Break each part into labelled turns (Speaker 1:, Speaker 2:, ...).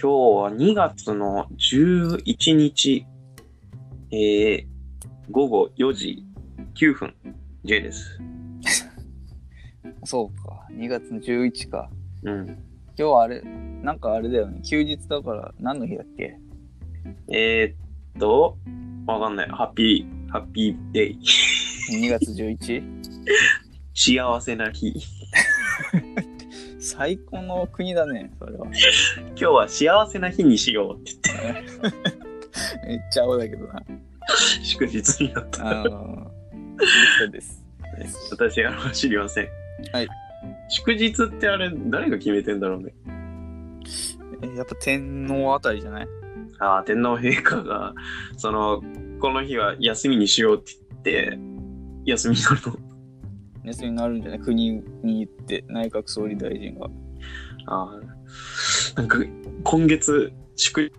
Speaker 1: 今日は2月の11日、えー、午後4時9分、J です。
Speaker 2: そうか。2月の11か。
Speaker 1: うん。
Speaker 2: 今日はあれ、なんかあれだよね。休日だから何の日だっけ
Speaker 1: えー、っと、わかんない。ハッピー、ハッピーデイ。
Speaker 2: ?2 月 11?
Speaker 1: 幸せな日。
Speaker 2: 最高の国だね、それは。
Speaker 1: 今日は幸せな日にしようって言
Speaker 2: めっちゃ青だけどな。
Speaker 1: って、祝日になった。
Speaker 2: あのー、そうです。
Speaker 1: 私は知りません。
Speaker 2: はい。
Speaker 1: 祝日ってあれ、誰が決めてんだろうね。
Speaker 2: えやっぱ天皇あたりじゃない
Speaker 1: ああ、天皇陛下が、その、この日は休みにしようって言って、休みになるの。
Speaker 2: 休みになるんじゃない国に行って、内閣総理大臣が。
Speaker 1: ああ、なんか、今月、祝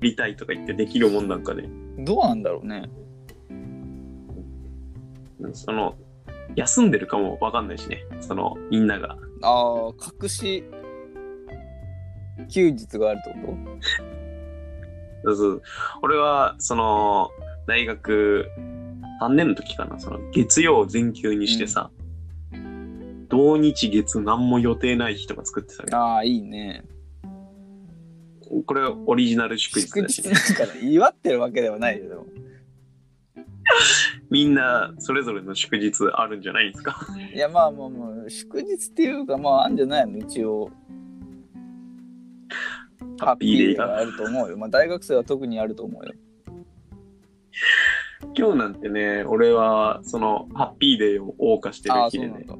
Speaker 1: りたいとか言ってできるもんなんかね。
Speaker 2: どうなんだろうね。
Speaker 1: その、休んでるかもわかんないしね。その、みんなが。
Speaker 2: ああ、隠し休日があるってこ
Speaker 1: そうそう俺は、その、大学3年の時かな、その、月曜を全休にしてさ、同日月何も予定ない日とか作ってたけ
Speaker 2: とああ、いいね。
Speaker 1: ど、これオリジナル祝日
Speaker 2: 祝
Speaker 1: だし
Speaker 2: 日
Speaker 1: ね、
Speaker 2: だから祝ってるわけではないよ、でも。
Speaker 1: みんなそれぞれの祝日あるんじゃないんですか。
Speaker 2: いやまあまあまあ祝日っていうかまああんじゃないの一応
Speaker 1: ハッピーデイが
Speaker 2: ハッピーデイがあると思うよまあ大学生は特にあると思うよ
Speaker 1: 今日なんてね、俺はその、ハッピーデーを謳歌してる
Speaker 2: ああ
Speaker 1: 日
Speaker 2: そう
Speaker 1: で
Speaker 2: なん
Speaker 1: ね、
Speaker 2: だ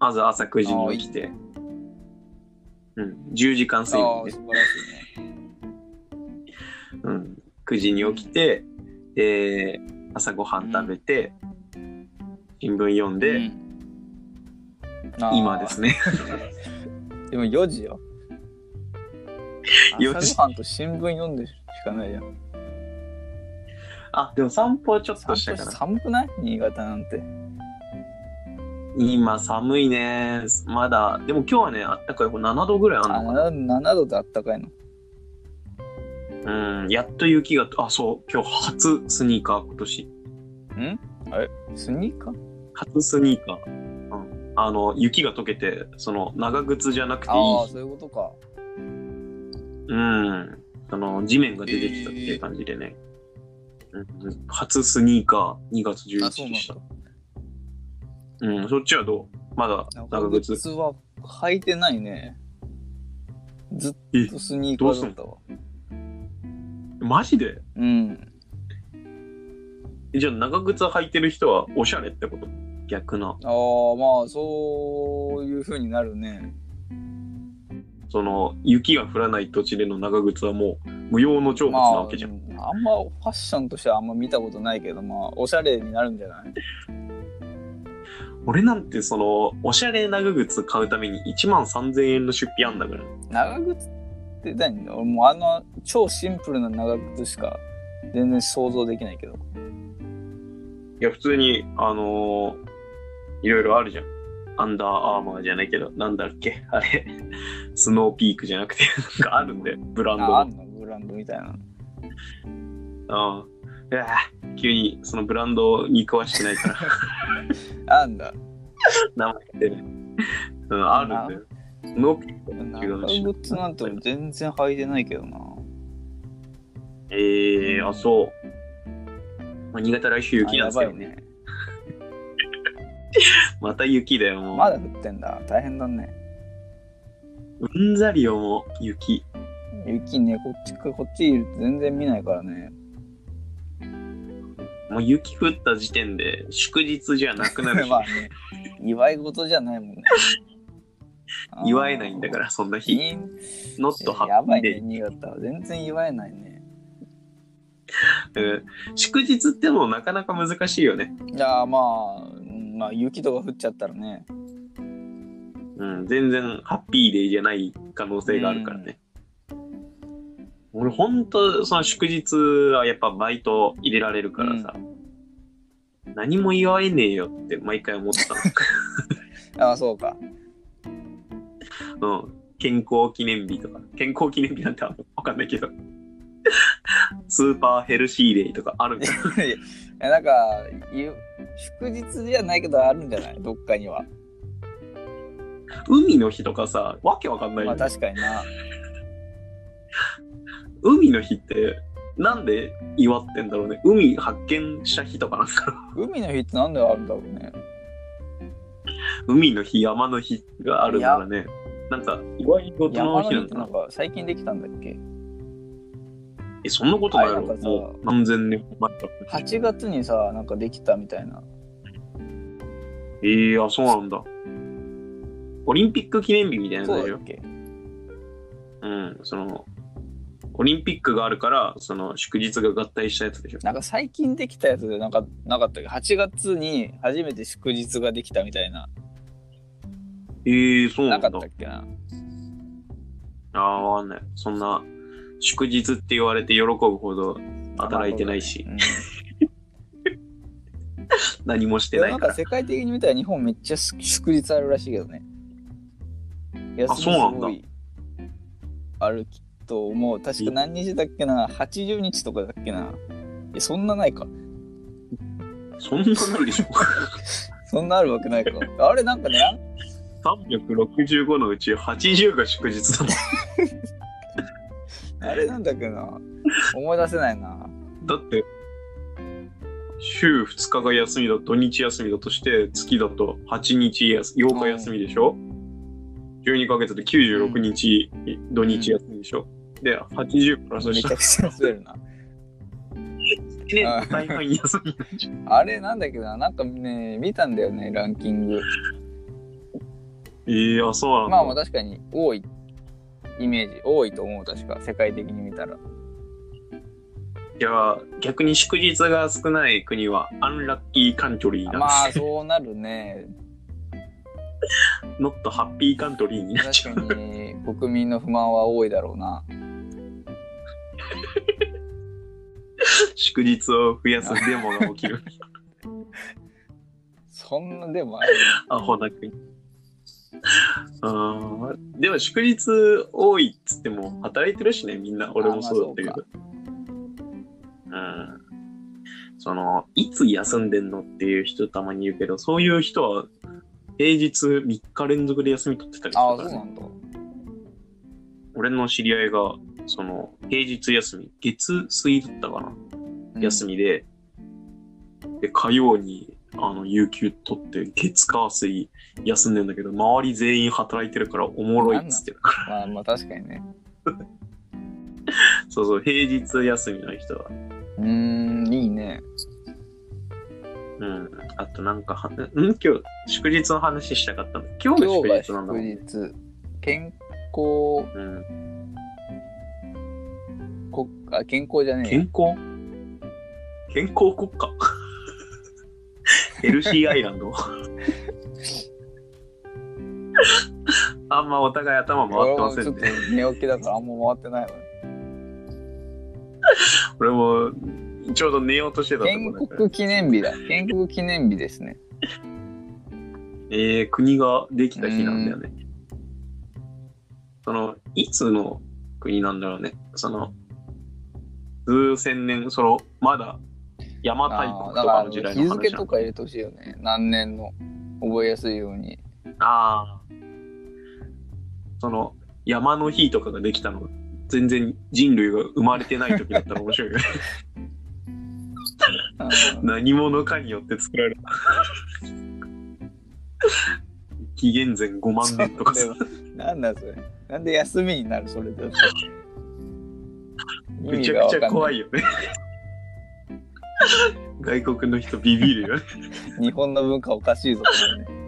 Speaker 1: まず朝9時に起きて、うん、10時間
Speaker 2: ああ
Speaker 1: 睡
Speaker 2: 素
Speaker 1: 眠ね。
Speaker 2: 晴らしいね
Speaker 1: うん、9時に起きて、で朝ごはん食べて、新聞読んで、
Speaker 2: うんああ
Speaker 1: 今ですね
Speaker 2: でも4時よ
Speaker 1: 4時
Speaker 2: 朝ごはんと新聞読んでしかないやん
Speaker 1: あでも散歩はちょっとしたか
Speaker 2: 散
Speaker 1: な
Speaker 2: 歩寒くない新潟なんて
Speaker 1: 今寒いねまだでも今日はねあったかいこれ7度ぐらいあ
Speaker 2: あ
Speaker 1: るのかな
Speaker 2: 7, 7度であったかいの
Speaker 1: うんやっと雪があそう今日初スニーカー今年
Speaker 2: スニーカー
Speaker 1: 初スニーカー、うん、あの雪が溶けてその長靴じゃなくていい
Speaker 2: ああそういうことか
Speaker 1: うんその地面が出てきたっていう感じでね、うん、初スニーカー2月
Speaker 2: あそ
Speaker 1: 11日
Speaker 2: うな
Speaker 1: で
Speaker 2: ん
Speaker 1: した
Speaker 2: だ
Speaker 1: うん、そっちはどうまだ長
Speaker 2: 長
Speaker 1: 靴。
Speaker 2: 靴は履いてないね。ずっ
Speaker 1: え
Speaker 2: とスニーカーだったわ。
Speaker 1: マジで
Speaker 2: うん。
Speaker 1: えじゃあ長靴履いてる人はおしゃれってこと逆な。
Speaker 2: ああ、まあ、そういう風になるね。
Speaker 1: その、雪が降らない土地での長靴はもう無用の長物な
Speaker 2: まあ、あ
Speaker 1: わ
Speaker 2: ん
Speaker 1: けじゃん。
Speaker 2: まファッションとしてはあんま見たことないけど、まあ、おしゃれになるんじゃない
Speaker 1: 俺なんてその、おしゃれ長靴買うために1万3000円の出費あんだから。
Speaker 2: 長靴って何俺もうあの超シンプルな長靴しか全然想像できないけど。
Speaker 1: いや、普通に、あのーいろいろあるじゃん。アンダーアーマーじゃないけど、なんだっけあれ、 スノーピークじゃなくて、なんかあるんで、ブランド
Speaker 2: あ、
Speaker 1: の
Speaker 2: あんのブランドみたいな。
Speaker 1: うん。うわぁ急にそのブランドに詳しくないから、
Speaker 2: あんだ。
Speaker 1: 名前出ない。うん、あるんだよ。スノーピーク違う
Speaker 2: 長
Speaker 1: し
Speaker 2: 靴なんて俺全然履いてないけどな。
Speaker 1: ええー、あ、そう。まあ、新潟来週雪なんですけど
Speaker 2: あ
Speaker 1: ね。
Speaker 2: やばいね。
Speaker 1: また雪だよ、もう。
Speaker 2: まだ降ってんだ。大変だね。
Speaker 1: うんざりよ、もう、雪。
Speaker 2: 雪ね、こっちか、こっちいると全然見ないからね。
Speaker 1: もう雪降った時点で、祝日じゃなくなるし、
Speaker 2: まあね、祝い事じゃないもんね。。
Speaker 1: 祝えないんだからら、そんない日。
Speaker 2: い
Speaker 1: ノットハ
Speaker 2: やば
Speaker 1: ッ
Speaker 2: い
Speaker 1: ピーで。
Speaker 2: ね、新潟は。全然祝えないね。
Speaker 1: うん祝日ってのもなかなか難しいよね。
Speaker 2: いやー、まあ、うんまあ、雪とか降っちゃったらね。
Speaker 1: うん、全然ハッピーデイじゃない可能性があるからね。俺ほんと、その祝日はやっぱバイト入れられるからさ、何も祝えねえよって毎回思ってた
Speaker 2: ああ、そうか。
Speaker 1: の。うん。健康記念日とか、健康記念日なんてあるのわかんないけど、スーパーヘルシーデイとかあるんかない
Speaker 2: やなんかゆ祝日じゃないけどあるんじゃないどっかには
Speaker 1: 海の日とかさ、わけわかんない
Speaker 2: ま
Speaker 1: よ
Speaker 2: あ
Speaker 1: ね。
Speaker 2: 確かにな
Speaker 1: 海の日って、なんで祝ってんだろうね。海発見した日とかなんか な。
Speaker 2: 海の日ってなんであるんだろうね
Speaker 1: 海の日、山の日があるならね、なんか、祝い事
Speaker 2: 山
Speaker 1: の
Speaker 2: の
Speaker 1: 日
Speaker 2: 日
Speaker 1: な
Speaker 2: っ
Speaker 1: ん
Speaker 2: て
Speaker 1: だ
Speaker 2: な。
Speaker 1: なん
Speaker 2: か最近できたんだっけ
Speaker 1: え、そんなことないやろ。
Speaker 2: あなんかさ
Speaker 1: もう何千年前だ。
Speaker 2: 8月にさなんかできたみたいな
Speaker 1: えー、あ、そうなんだ。オリンピック記念日みたいなの
Speaker 2: そ
Speaker 1: だ
Speaker 2: うだ
Speaker 1: よ
Speaker 2: っ。け
Speaker 1: うん、その、オリンピックがあるから、その、祝日が合体したやつでしょ。
Speaker 2: なんか最近できたやつでなんかなかったっけ8月に初めて祝日ができたみたいな
Speaker 1: えー、そうな
Speaker 2: なんか
Speaker 1: だ。
Speaker 2: ったっけな
Speaker 1: ああ、わかんない。そんな、祝日って言われて喜ぶほど働いてないし、
Speaker 2: うん
Speaker 1: 何もして
Speaker 2: でも
Speaker 1: な
Speaker 2: ないん
Speaker 1: か。
Speaker 2: から世界的に見たら日本めっちゃ祝日あるらしいけどね。休みすごい
Speaker 1: そうなんだ
Speaker 2: あると思う。確か何日だっけな ?80 日とかだっけないや、そんなないか。
Speaker 1: そんななるでしょ。
Speaker 2: そんなあるわけな いか。あれなんかね、ラン
Speaker 1: 365のうち80が祝日だもん。
Speaker 2: あれなんだっけな思い出せないな。
Speaker 1: だって、週2日が休みだ、土日休みだとして、月だと8日やす、8日休みでしょ、?12 ヶ月で96日、土日休みでしょ、で、80からそ
Speaker 2: め
Speaker 1: し
Speaker 2: ち
Speaker 1: た
Speaker 2: ゃ
Speaker 1: ら
Speaker 2: くちゃ増えるな。
Speaker 1: 1年の大半休 みなんじゃん。
Speaker 2: あれなんだっけななんかね、見たんだよね、ランキング。
Speaker 1: いや、そうなんだ。
Speaker 2: まあまあ確かに多いイメージ、多いと思う確か、世界的に見たら。
Speaker 1: いや、逆に祝日が少ない国はアンラッキーカントリーなんで
Speaker 2: まあ
Speaker 1: すよ。
Speaker 2: そうなるね。
Speaker 1: ノットハッピーカントリーになっちゃう。
Speaker 2: 確かに国民の不満は多いだろうな。
Speaker 1: 祝日を増やすデモが起きる。
Speaker 2: そんなで もある。
Speaker 1: アホな 国。あーでも祝日多いっつっても働いてるしねみんな俺もそうだったけどうんそのいつ休んでんのっていう人たまにいるけどそういう人は平日3日連続で休み取ってたりする
Speaker 2: ああ、
Speaker 1: か
Speaker 2: そ
Speaker 1: ら、
Speaker 2: うな
Speaker 1: ね、
Speaker 2: んだ。
Speaker 1: 俺の知り合いがその平日休み月水だったかな休
Speaker 2: み。
Speaker 1: みで、で、火曜に、あの、有給取って、月火水休んでんだけど、周り全員働いてるからおもろいっつってるから。
Speaker 2: まあまあ確かにね。
Speaker 1: そうそう、平日休みの人は。
Speaker 2: うーん、いいね。
Speaker 1: うん。あとなんかは、ん今日、祝日の話したかったの。今日が
Speaker 2: 今日が
Speaker 1: 祝日なんだも
Speaker 2: 祝
Speaker 1: ん。
Speaker 2: 日。健康、
Speaker 1: うん、
Speaker 2: こあ健康じゃねえや。
Speaker 1: 健康健康国家ヘルシーアイランドあんまお互い頭回ってませ
Speaker 2: 俺もちょっ
Speaker 1: ん
Speaker 2: と
Speaker 1: ね。
Speaker 2: 寝起きだからあんま回って ないわ。
Speaker 1: 俺もちょうど寝ようとしてたとこ
Speaker 2: 建
Speaker 1: ろだから。
Speaker 2: 国記念日だ。建国記念日ですね。
Speaker 1: えー、国ができた日なんだよね。その、いつの国なんだろうね。その、数千年、その、まだ、邪馬台
Speaker 2: あ
Speaker 1: 国
Speaker 2: ー
Speaker 1: と
Speaker 2: だ
Speaker 1: か
Speaker 2: か
Speaker 1: の時
Speaker 2: ら
Speaker 1: 代
Speaker 2: 日
Speaker 1: の
Speaker 2: 付
Speaker 1: 話な
Speaker 2: と
Speaker 1: の
Speaker 2: か入れてほしいよね。何年の。覚えやすいように。
Speaker 1: ああ。その、山の日とかができたの、全然人類が生まれてない時だったら面白いよね。
Speaker 2: うん
Speaker 1: 何者かによって作られた。紀元前5万年とかさ。
Speaker 2: なんだそれ。なんで休みになるそれで。
Speaker 1: めちゃくちゃ怖
Speaker 2: い。
Speaker 1: いよね。外国の人ビビるよね。
Speaker 2: 日本の文化おかしいぞ。これね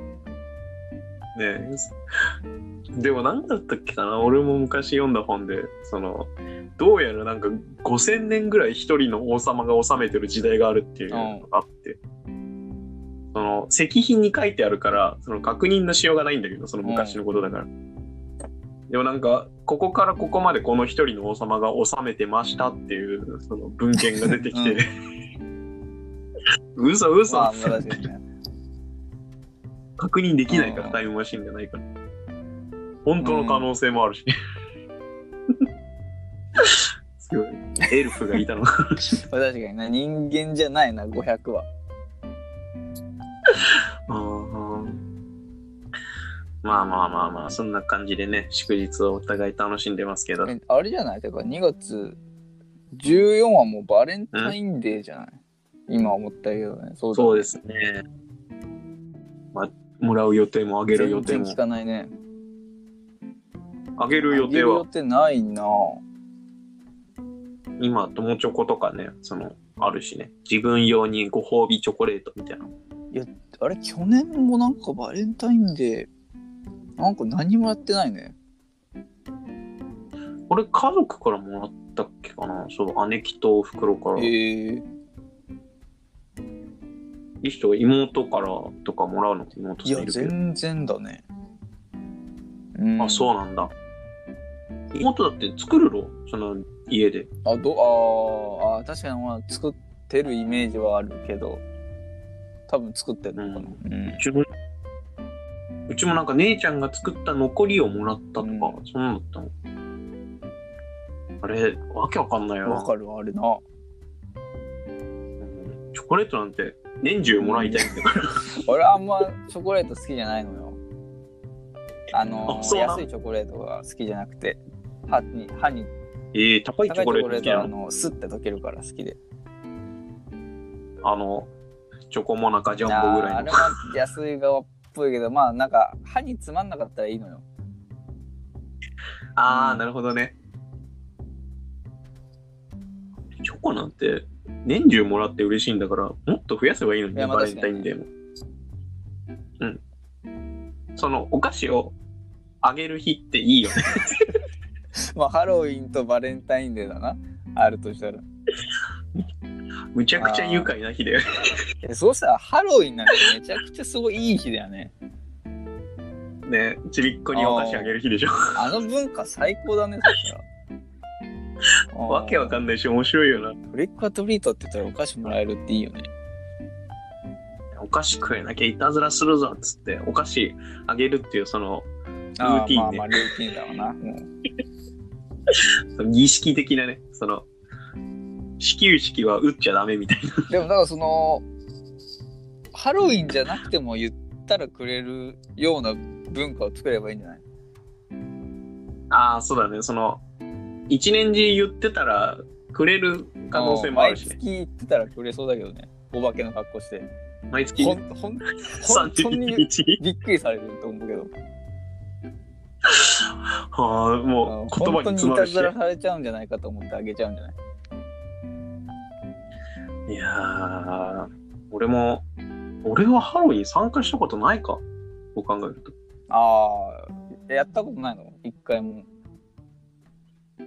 Speaker 1: ねえでも何だったっけかな俺も昔読んだ本で、その、どうやらなんか5000年ぐらい一人の王様が治めてる時代があるっていうのがあって、その、石碑に書いてあるから、その確認のしようがないんだけど、その昔のことだから。でもなんか、ここからここまでこの一人の王様が治めてましたっていう、その文献が出てきて、 嘘嘘、
Speaker 2: まあ、まあ確かにね。
Speaker 1: 確認できないか
Speaker 2: う
Speaker 1: ら、
Speaker 2: ん
Speaker 1: タイムマシンがないから。本当の可能性もあ るし。すごい。エルフがいたのか。
Speaker 2: まあ確かにな、人間じゃないな、500は。
Speaker 1: あーまあまあまあまあ、そんな感じでね、祝日をお互い楽しんでますけど。
Speaker 2: えあれじゃないだから2月14はもうバレンタインデーじゃない、今思ったけどね。そう。
Speaker 1: そうですすね。まあ、もらう予定もあげる予定
Speaker 2: 全
Speaker 1: も
Speaker 2: 然聞。かないね。
Speaker 1: あげる予
Speaker 2: あげ
Speaker 1: 定
Speaker 2: る予
Speaker 1: は、
Speaker 2: 定ないな
Speaker 1: 今、友チョコとかね、その、あるしね。自分用にご褒美チョコレートみたいな。
Speaker 2: あれ、去年もなんかバレンタインデー、なんか何もやってないね。
Speaker 1: これ、家族からもらったっけかなそう、姉貴と袋から。
Speaker 2: え
Speaker 1: い
Speaker 2: ー、
Speaker 1: い人が妹からとかもらうの妹
Speaker 2: い
Speaker 1: さ
Speaker 2: や
Speaker 1: んい、るけど。
Speaker 2: 全然だね。うん、
Speaker 1: あ、そうなんだ。妹だって作るろその、家で。
Speaker 2: あどあーあー確かにまあ作ってるイメージはあるけど多分作ってるのかな、うん
Speaker 1: うちも、うちもなんか姉ちゃんが作った残りをもらったとか、
Speaker 2: う
Speaker 1: そんなのだったの。あれ、わけわかんないよな
Speaker 2: わかるわあれな
Speaker 1: チョコレートなんて年中もらいたいんだから。
Speaker 2: 俺あんまチョコレート好きじゃないのよあの
Speaker 1: あそうなの
Speaker 2: 安いチョコレートが好きじゃなくて歯に歯に
Speaker 1: ええ高いチョ
Speaker 2: 高いチョ
Speaker 1: コ
Speaker 2: コ
Speaker 1: レー
Speaker 2: レ
Speaker 1: ト好
Speaker 2: ー
Speaker 1: き
Speaker 2: トは
Speaker 1: な
Speaker 2: あ
Speaker 1: の
Speaker 2: のスッて溶けるから好きで
Speaker 1: あの、チョコモナカジ
Speaker 2: あ
Speaker 1: ャンボぐ
Speaker 2: ー
Speaker 1: ら
Speaker 2: あ
Speaker 1: い
Speaker 2: れ
Speaker 1: の。
Speaker 2: は安い側っぽいけどまあなんか歯につまんなかったらいいの よ
Speaker 1: ああ、なるほどね。チョコなんて年中もらって嬉しいんだから、もっと増やせばいいのに、
Speaker 2: いやまあ
Speaker 1: バレンタインデーも。うん。そのお菓子をあげる日っていいよ ね。
Speaker 2: まあハロウィンとバレンタインデーだなあるとしたら
Speaker 1: むちゃくちゃ愉快な日だよね。
Speaker 2: えそうしたらハロウィンなんてめちゃくちゃすごいいい日だよね
Speaker 1: ねちびっこにお菓子あげる日でしょ。
Speaker 2: あの文化最高だね、そしたら。
Speaker 1: わけわか
Speaker 2: ん
Speaker 1: んないし、面白いよな。
Speaker 2: トリックアトリートって言ったらお菓子もらえるっていいよね。
Speaker 1: お菓子食えなきゃいたずらするぞっつってお菓子あげるっていうそのーティンね
Speaker 2: あまあまあ、ルーティンだわな。うん
Speaker 1: その儀式的なねその始球式は打っちゃダメみたいな
Speaker 2: でも、だからその、ハロウィンじゃなくても言ったらくれるような文化を作ればいいんじゃない
Speaker 1: ああそうだねその一年中言ってたらくれる可能性もあるし
Speaker 2: 毎
Speaker 1: ね
Speaker 2: 月言ってたらくれそうだけどね。お化けの格好して。
Speaker 1: 毎月
Speaker 2: ほん、ほ ん、本当
Speaker 1: 31
Speaker 2: に
Speaker 1: 日
Speaker 2: びっくりされると思うけど。
Speaker 1: はあもう 言葉
Speaker 2: 本
Speaker 1: に
Speaker 2: 当に
Speaker 1: 詰
Speaker 2: い
Speaker 1: ま
Speaker 2: た
Speaker 1: るし
Speaker 2: ずらされちゃうんじゃないかと思ってあげちゃうんじゃな
Speaker 1: い
Speaker 2: い
Speaker 1: やー俺も俺はハロウィン参加したことないかそう考えると
Speaker 2: ああ、やったことないの一回も。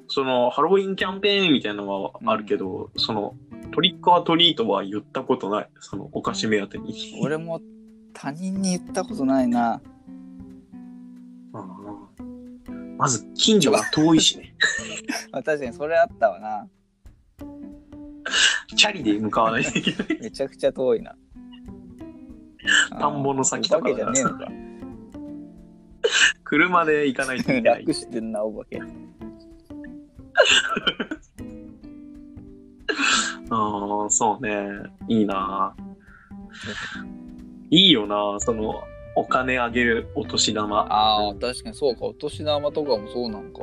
Speaker 1: そのハロウィンキャンペーンみたいなのはあるけど、そのトリックアトリートは言ったことないそのお菓子目当てに
Speaker 2: 俺も他人に言ったことない
Speaker 1: う
Speaker 2: な。
Speaker 1: んまず近所が遠いし ね
Speaker 2: まあ、確かにそれあったわな。
Speaker 1: チャリで向かわないといけない
Speaker 2: めちゃくちゃ遠い な。
Speaker 1: 田んぼの先とか
Speaker 2: お化けじゃねえのか。
Speaker 1: 車で行かないと いけない
Speaker 2: 楽してんな、お化け。
Speaker 1: ああそうねいいないいよなそのお金あげるお年玉
Speaker 2: ああ、確かにそうか。お年玉とかもそうなんか。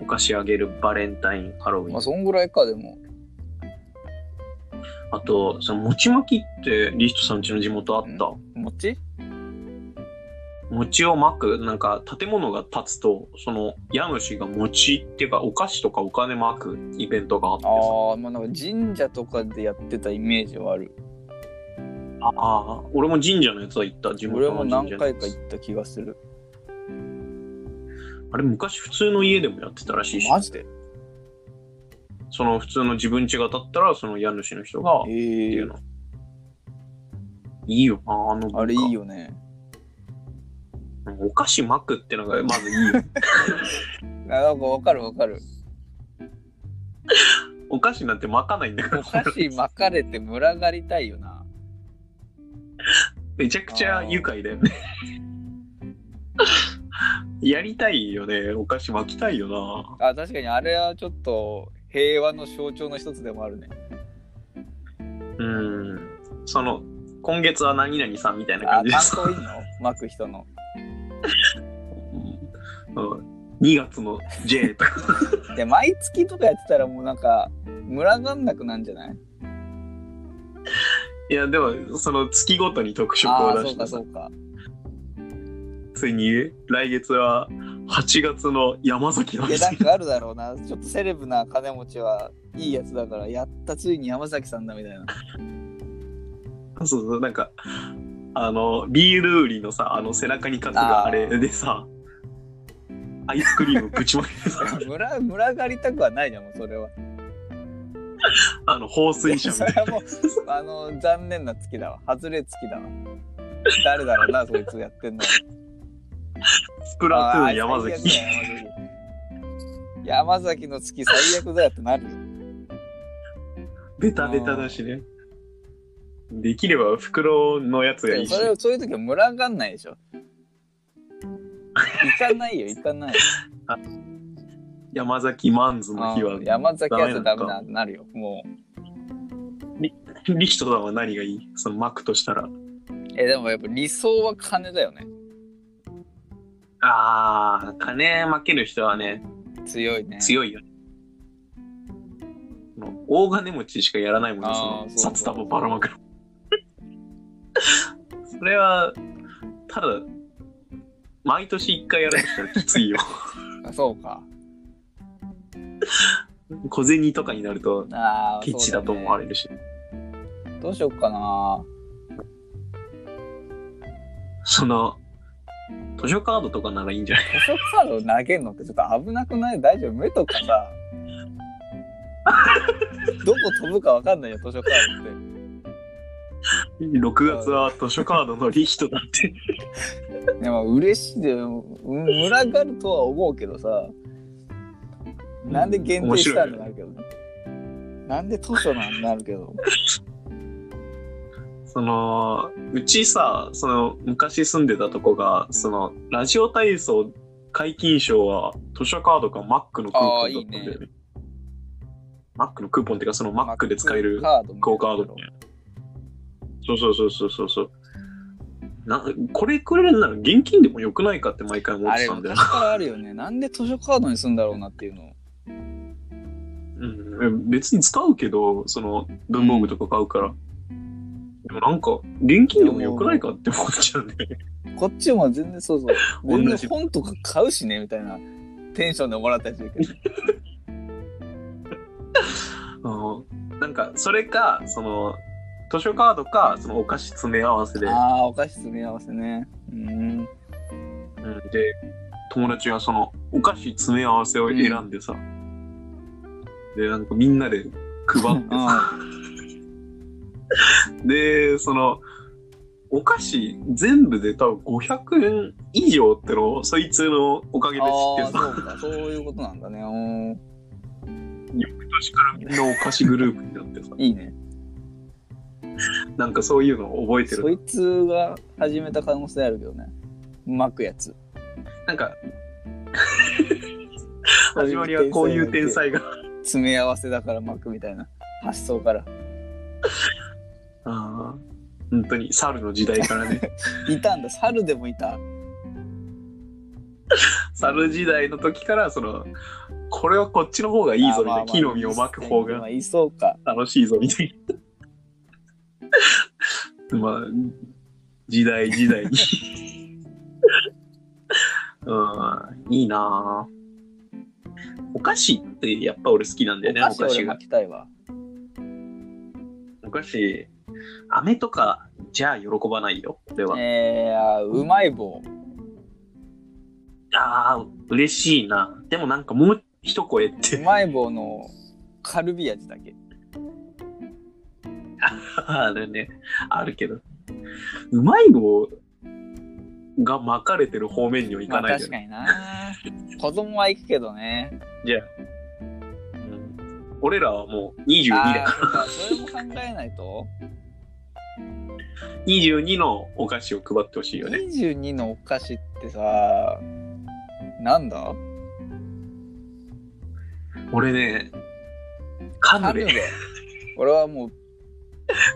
Speaker 1: お菓子あげるバレンタインハロウィン、
Speaker 2: まあ、そんぐらいか、でも。
Speaker 1: あとその餅巻きってリストさんちの地元あった、
Speaker 2: 餅
Speaker 1: 餅を巻くなんか建物が建つとその家主が餅っていうかお菓子とかお金巻くイベントがあってさ
Speaker 2: ああ、まあなんか神社とかでやってたイメージはある。
Speaker 1: ああ俺も神社のやつは行った地元
Speaker 2: 俺
Speaker 1: の
Speaker 2: も
Speaker 1: 神社の
Speaker 2: 何
Speaker 1: やつ
Speaker 2: 回か行った気がする。
Speaker 1: あれ昔普通の家でもやってたらしいし
Speaker 2: マジで
Speaker 1: その普通の自分家が建ったらその家主の人がって
Speaker 2: ええ
Speaker 1: いうの、いいよなあの文化
Speaker 2: あれいいよね。
Speaker 1: お菓子巻くってのがまずいい よ
Speaker 2: あなんかわかるわかる。
Speaker 1: お菓子なんて巻かないんだから
Speaker 2: お菓子巻かれて群がりたいよな。
Speaker 1: めちゃくちゃ愉快だよね やりたいよね。お菓子巻きたいよ
Speaker 2: あ、確かにあれはちょっと平和の象徴の一つでもあるね。
Speaker 1: な。うん。その、今月は何々さんみたいな
Speaker 2: あ、
Speaker 1: 感じで
Speaker 2: 担
Speaker 1: す。
Speaker 2: 当いいの巻く人の。
Speaker 1: うん、2月の J とか。
Speaker 2: で、毎月とかやってたらもうなんか、群がんなくなんじゃない
Speaker 1: いや、でも、その月ごとに特色
Speaker 2: あ
Speaker 1: を
Speaker 2: あー、
Speaker 1: 出
Speaker 2: そう
Speaker 1: して
Speaker 2: か
Speaker 1: さ
Speaker 2: そうか。
Speaker 1: ついに来月は8月の山崎の
Speaker 2: いや、なんかあるだろうな。ちょっとセレブな金持ちはいいやつだから、やったついに山崎さんだみたいな。
Speaker 1: そうそう、なんか、あの、ビール売りのさ、あの、背中に書く
Speaker 2: あー
Speaker 1: があれでさ、アイスクリームぶちまけてさ、
Speaker 2: 村、村がりたくはないじゃん、もうそれは。
Speaker 1: あの、放水車み
Speaker 2: そ
Speaker 1: た
Speaker 2: れ
Speaker 1: いな。
Speaker 2: はもう、あの、残念な月だわ。外れ月だわ。誰だろうな、そいつやってんの。
Speaker 1: スプラトゥーン
Speaker 2: あ
Speaker 1: 山
Speaker 2: ー
Speaker 1: 崎。。
Speaker 2: 最悪だよ山崎山崎の月最悪だよってなる よ。
Speaker 1: ベタベタだしね。できれば袋のやつがい
Speaker 2: でも
Speaker 1: いし
Speaker 2: そ。れそういう時は群がんないでしょ。行かないよ、行 かないよ。
Speaker 1: 山崎マンズの日は
Speaker 2: うん。山崎やつダメだってなるよ。もう。
Speaker 1: リヒトさんは何がいいその巻くとしたら。
Speaker 2: え、でもやっぱ理想は金だよね。
Speaker 1: あー、金負ける人はね、
Speaker 2: 強いね。い。
Speaker 1: 強いよね。もう大金持ちしかやらないもんね、
Speaker 2: あー
Speaker 1: その
Speaker 2: そうそう
Speaker 1: 札束ばら まく。それは、ただ、毎年一回やるとしたらきつい よ。
Speaker 2: そうか。
Speaker 1: 小銭とかになると、
Speaker 2: ああ、
Speaker 1: ケチだと思われるし。
Speaker 2: そうだねどうしようかな。
Speaker 1: その、図書カードとかならいいんじゃない
Speaker 2: 図書カード投げるのってちょっと危なくない大丈夫目とかさ。どこ飛ぶかわかんないよ、図書カードって。
Speaker 1: ?6 月は図書カードのリヒトだって。
Speaker 2: でも嬉しいで、うん群がるとは思うけどさ、なんで限定したんだ
Speaker 1: 面白いよ
Speaker 2: な
Speaker 1: ね
Speaker 2: るけどね。なんで図書なんなるけど。
Speaker 1: そのうちさその昔住んでたとこがそのラジオ体操解禁賞は図書カードかマックのクーポンだったんだよね
Speaker 2: あーいい
Speaker 1: マックのクーポンっていうかそのマックで使える
Speaker 2: カードみたい
Speaker 1: ク
Speaker 2: な
Speaker 1: オカードみたいなそうそうそうそうそうそうなこれくれるなら現金でもよくないかって毎回思っ
Speaker 2: あ
Speaker 1: て
Speaker 2: れ
Speaker 1: たんだよ
Speaker 2: 昔からあるよね。なんで図書カードにすんだろうなっていうの。
Speaker 1: うん、別に使うけどその文房具とか買うから、でもなんか現金でもよくないかって思っちゃうね
Speaker 2: こっちも全然そうそう。全
Speaker 1: 同
Speaker 2: 然
Speaker 1: じ
Speaker 2: 本とか買うしね、みたいなテンションでもらったりするけど。
Speaker 1: あのなんかそれかその図書カードかそのお菓子詰め合わせで,、う
Speaker 2: ああ、お菓子詰め合わせね。うん。
Speaker 1: ん、で友達がそのお菓子詰め合わせを選んでさ、でなんかみんなで配ってさ
Speaker 2: あ
Speaker 1: でそのお菓子全部で多分500円以上ってのをそいつのおかげ
Speaker 2: ー
Speaker 1: で知
Speaker 2: あ
Speaker 1: って
Speaker 2: ー、
Speaker 1: さ
Speaker 2: そうか。そういうことなんだね。う
Speaker 1: 年からみんなお菓子グループになってさ
Speaker 2: ん。いいね。
Speaker 1: なんかそういうのを覚えて
Speaker 2: そ
Speaker 1: る
Speaker 2: いつが始めた可能性あるけどね。巻くやつ。
Speaker 1: なん か始まりはこういう天才が
Speaker 2: 詰め合わせだから巻くみたいな発想から
Speaker 1: ああ、本当に猿の時代から ね。
Speaker 2: いたんだ猿でもいた
Speaker 1: 猿時代の時から、その、これはこっちの方がいいぞみたいな、
Speaker 2: あーまあまあ
Speaker 1: 木の実をまく方
Speaker 2: ま
Speaker 1: が
Speaker 2: あいそうか
Speaker 1: 楽しいぞみたいな。 まあ、時代時代に。 うん、いいなあお菓子ってやっぱ俺好きなんだよね、お
Speaker 2: お菓
Speaker 1: 菓
Speaker 2: 子
Speaker 1: 子
Speaker 2: 俺
Speaker 1: が。
Speaker 2: 巻きたいわ
Speaker 1: お菓子、飴とかじゃあ喜ばないよ、俺は。
Speaker 2: えー、あーうまい棒
Speaker 1: ああ、嬉しいな。でもなんかもう一声っ
Speaker 2: う
Speaker 1: て。
Speaker 2: まい棒のカルビ味だけ
Speaker 1: あるね。あるけど。うまい棒が巻かれてる方面にはいか
Speaker 2: まあ
Speaker 1: ないじゃ
Speaker 2: 確
Speaker 1: ん。
Speaker 2: かにな子供は行くけどね
Speaker 1: うん俺らはもう22
Speaker 2: あ
Speaker 1: だ。
Speaker 2: ーそうかそれも考えないと
Speaker 1: 22のお菓子を配ってほしいよね。
Speaker 2: 22のお菓子ってさなんだ
Speaker 1: 俺ね、カヌレ、
Speaker 2: 俺はもう